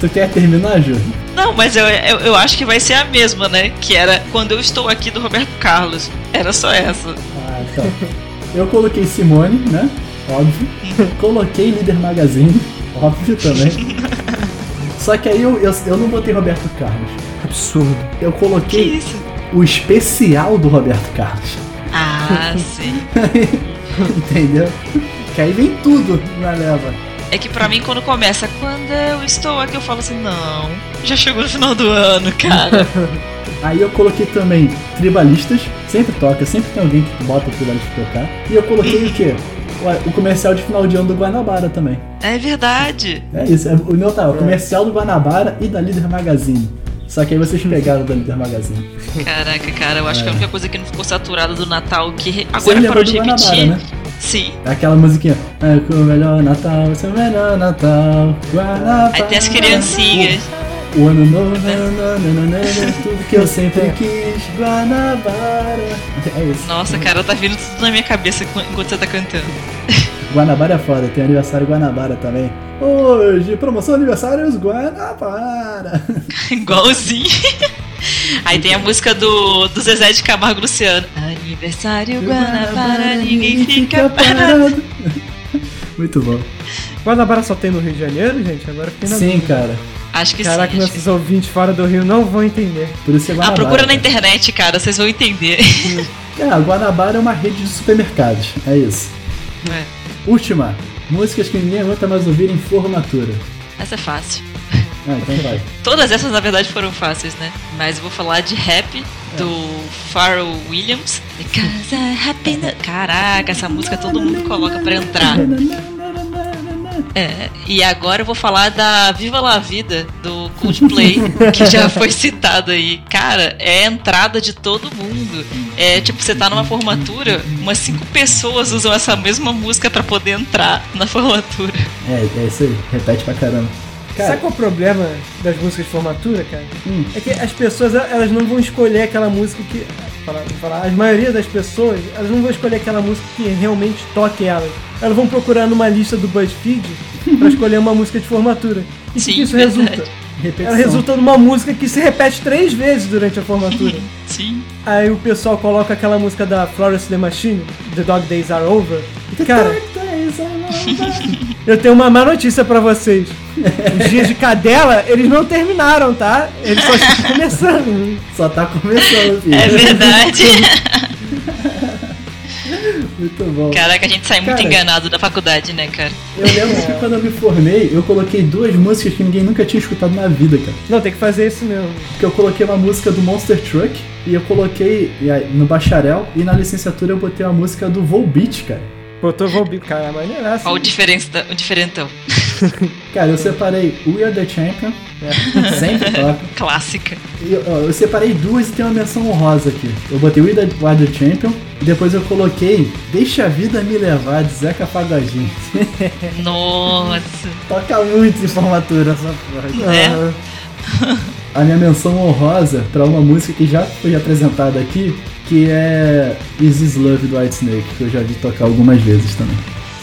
A: tu quer terminar, Ju?
C: Não, mas eu, eu, eu acho que vai ser a mesma, né? Que era Quando Eu Estou Aqui, do Roberto Carlos. Era só essa.
A: Ah, tá. Eu coloquei Simone, né? Óbvio. Coloquei Líder Magazine, óbvio também. Só que aí eu, eu, eu não botei Roberto Carlos.
B: Absurdo.
A: Eu
C: Que
A: coloquei
C: isso?
A: o especial do Roberto Carlos.
C: Ah, sim.
A: Entendeu? Que aí vem tudo na leva.
C: É que pra mim, quando começa Quando Eu Estou Aqui, eu falo assim: Não, já chegou no final do ano, cara.
A: Aí eu coloquei também tribalistas, sempre toca, sempre tem alguém que bota o tribalista pra tocar. E eu coloquei o quê? Ué, O comercial de final de ano do Guanabara também.
C: É verdade.
A: É isso, é- o meu tá, o comercial do Guanabara e da Líder Magazine. Só que aí vocês pegaram da Líder Magazine.
C: Caraca, cara, eu acho que a única coisa que não ficou saturada do Natal que re-
A: É. Você
C: agora
A: lembrou
C: parou
A: do
C: de
A: Guanabara,
C: repetir.
A: né?
C: Sim.
A: Aquela musiquinha, é o melhor Natal, esse é o melhor Natal, Guanabara.
C: Aí tem as criancinhas.
A: O ano novo, nananana, tudo que eu sempre quis, Guanabara. É isso.
C: Nossa, cara, tá vindo tudo na minha cabeça enqu- enquanto você tá cantando.
A: Guanabara é foda, tem aniversário Guanabara também. Hoje, promoção aniversários Guanabara.
C: Igualzinho. Aí tem a música do, do Zezé de Camargo e Luciano. Aniversário Guanabara, ninguém fica parado.
A: Muito bom.
B: Guanabara só tem no Rio de Janeiro, gente? Agora eu fiquei na
A: Sim, cara.
C: Acho que
B: Caraca,
C: sim. acho que
B: nossos ouvintes fora do Rio não vão entender.
A: Por isso é
C: Ah,
A: Guanabara.
C: procura na internet, cara, vocês vão entender.
A: É, a Guanabara é uma rede de supermercados. É isso.
C: É,
A: Última. Músicas que ninguém aguenta mais ouvir em formatura.
C: Essa é fácil.
A: Ah, então vai.
C: Todas essas, na verdade, foram fáceis, né? Mas eu vou falar de rap do Pharrell Williams. Because I happen- Caraca, essa música todo mundo coloca pra entrar. É, e agora eu vou falar da Viva La Vida do Coldplay, que já foi citado aí. Cara, é a entrada de todo mundo. É tipo, você tá numa formatura, umas cinco pessoas usam essa mesma música pra poder entrar na formatura.
A: É, é isso aí. Repete pra caramba. Cara,
B: Sabe qual é o problema das músicas de formatura, cara?
A: Hum.
B: É que as pessoas, elas não vão escolher aquela música que... Falar, falar, as maioria das pessoas, elas não vão escolher aquela música que realmente toque elas. Elas vão procurar numa lista do BuzzFeed pra escolher uma música de formatura. E o que
C: Sim, é
B: que isso
C: verdade.
B: resulta? Ela
A: repetição.
B: resulta numa música que se repete três vezes durante a formatura.
C: Sim.
B: Aí o pessoal coloca aquela música da Florence and the Machine, The Dog Days Are Over. E, cara, eu tenho uma má notícia pra vocês. Os dias de cadela, eles não terminaram, tá? Eles só estão começando.
A: Só tá começando, filho.
C: É verdade.
A: Muito bom.
C: Caraca, a gente sai muito
A: Cara.
C: enganado da faculdade, né, cara?
A: Eu lembro que quando eu me formei, eu coloquei duas músicas que ninguém nunca tinha escutado na vida, cara.
B: Não, tem que fazer isso mesmo.
A: Porque eu coloquei uma música do Monster Truck e eu coloquei e aí, no bacharel e na licenciatura eu botei uma música do Volbeat, cara.
B: Botou Volbeat, cara, é maneiraço.
C: Olha o, diferença, o diferentão.
A: Cara, eu separei We Are The Champion, né, sempre toca.
C: Clássica.
A: E, ó, eu separei duas e tem uma menção honrosa aqui. Eu botei We Are The- We Are The Champion e depois eu coloquei Deixa a Vida Me Levar, de Zeca Pagodinho.
C: Nossa.
A: toca muito em formatura essa porra.
C: Né?
A: a minha menção honrosa pra uma música que já foi apresentada aqui, que é Is This Love do Whitesnake, que eu já vi tocar algumas vezes também.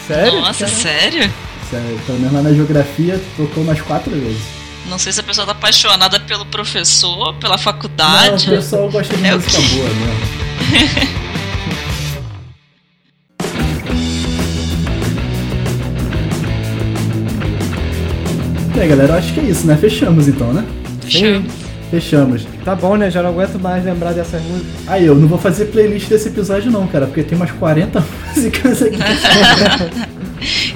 B: Sério?
C: Nossa, sério?
A: Sério, pelo menos lá na geografia tocou umas quatro vezes.
C: Não sei se a pessoa tá apaixonada pelo professor, pela
A: Não, o
C: faculdade.
A: pessoal gosta de
C: Ah, É o
A: música
C: que-
A: boa né? mesmo. E aí, galera, eu acho que é isso, né? Fechamos então, né?
C: Show.
A: Fechamos.
B: Tá bom, né? Já não aguento mais lembrar dessas músicas.
A: Aí, eu não vou fazer playlist desse episódio não, cara, porque tem umas 40 músicas aqui.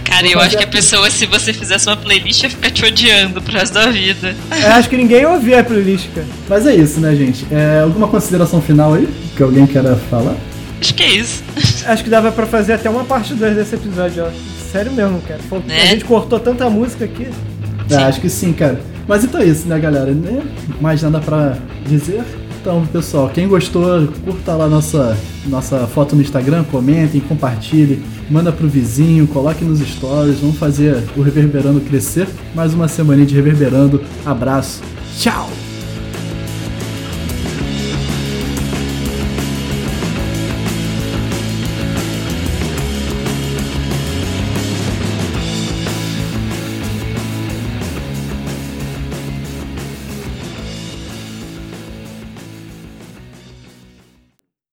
C: Cara, eu
A: Mas
C: acho
A: é
C: que a pessoa, se você fizesse uma playlist, ia ficar te odiando pro resto da vida.
B: Eu acho que ninguém ouvia a playlist, cara.
A: Mas é isso, né, gente? É, alguma consideração final aí que alguém queira falar?
C: Acho que é isso.
B: Acho que dava pra fazer até uma parte 2 desse episódio, ó. Sério mesmo, cara. Pô, A
C: Né?
B: gente cortou tanta música aqui.
A: Ah, acho que sim, cara. Mas então é isso, né, galera? Né? Mais nada pra dizer. Então, pessoal, quem gostou, curta lá nossa, nossa foto no Instagram, comentem, compartilhem, manda pro vizinho, coloque nos stories, vamos fazer o Reverberando crescer. Mais uma semaninha de Reverberando. Abraço. Tchau!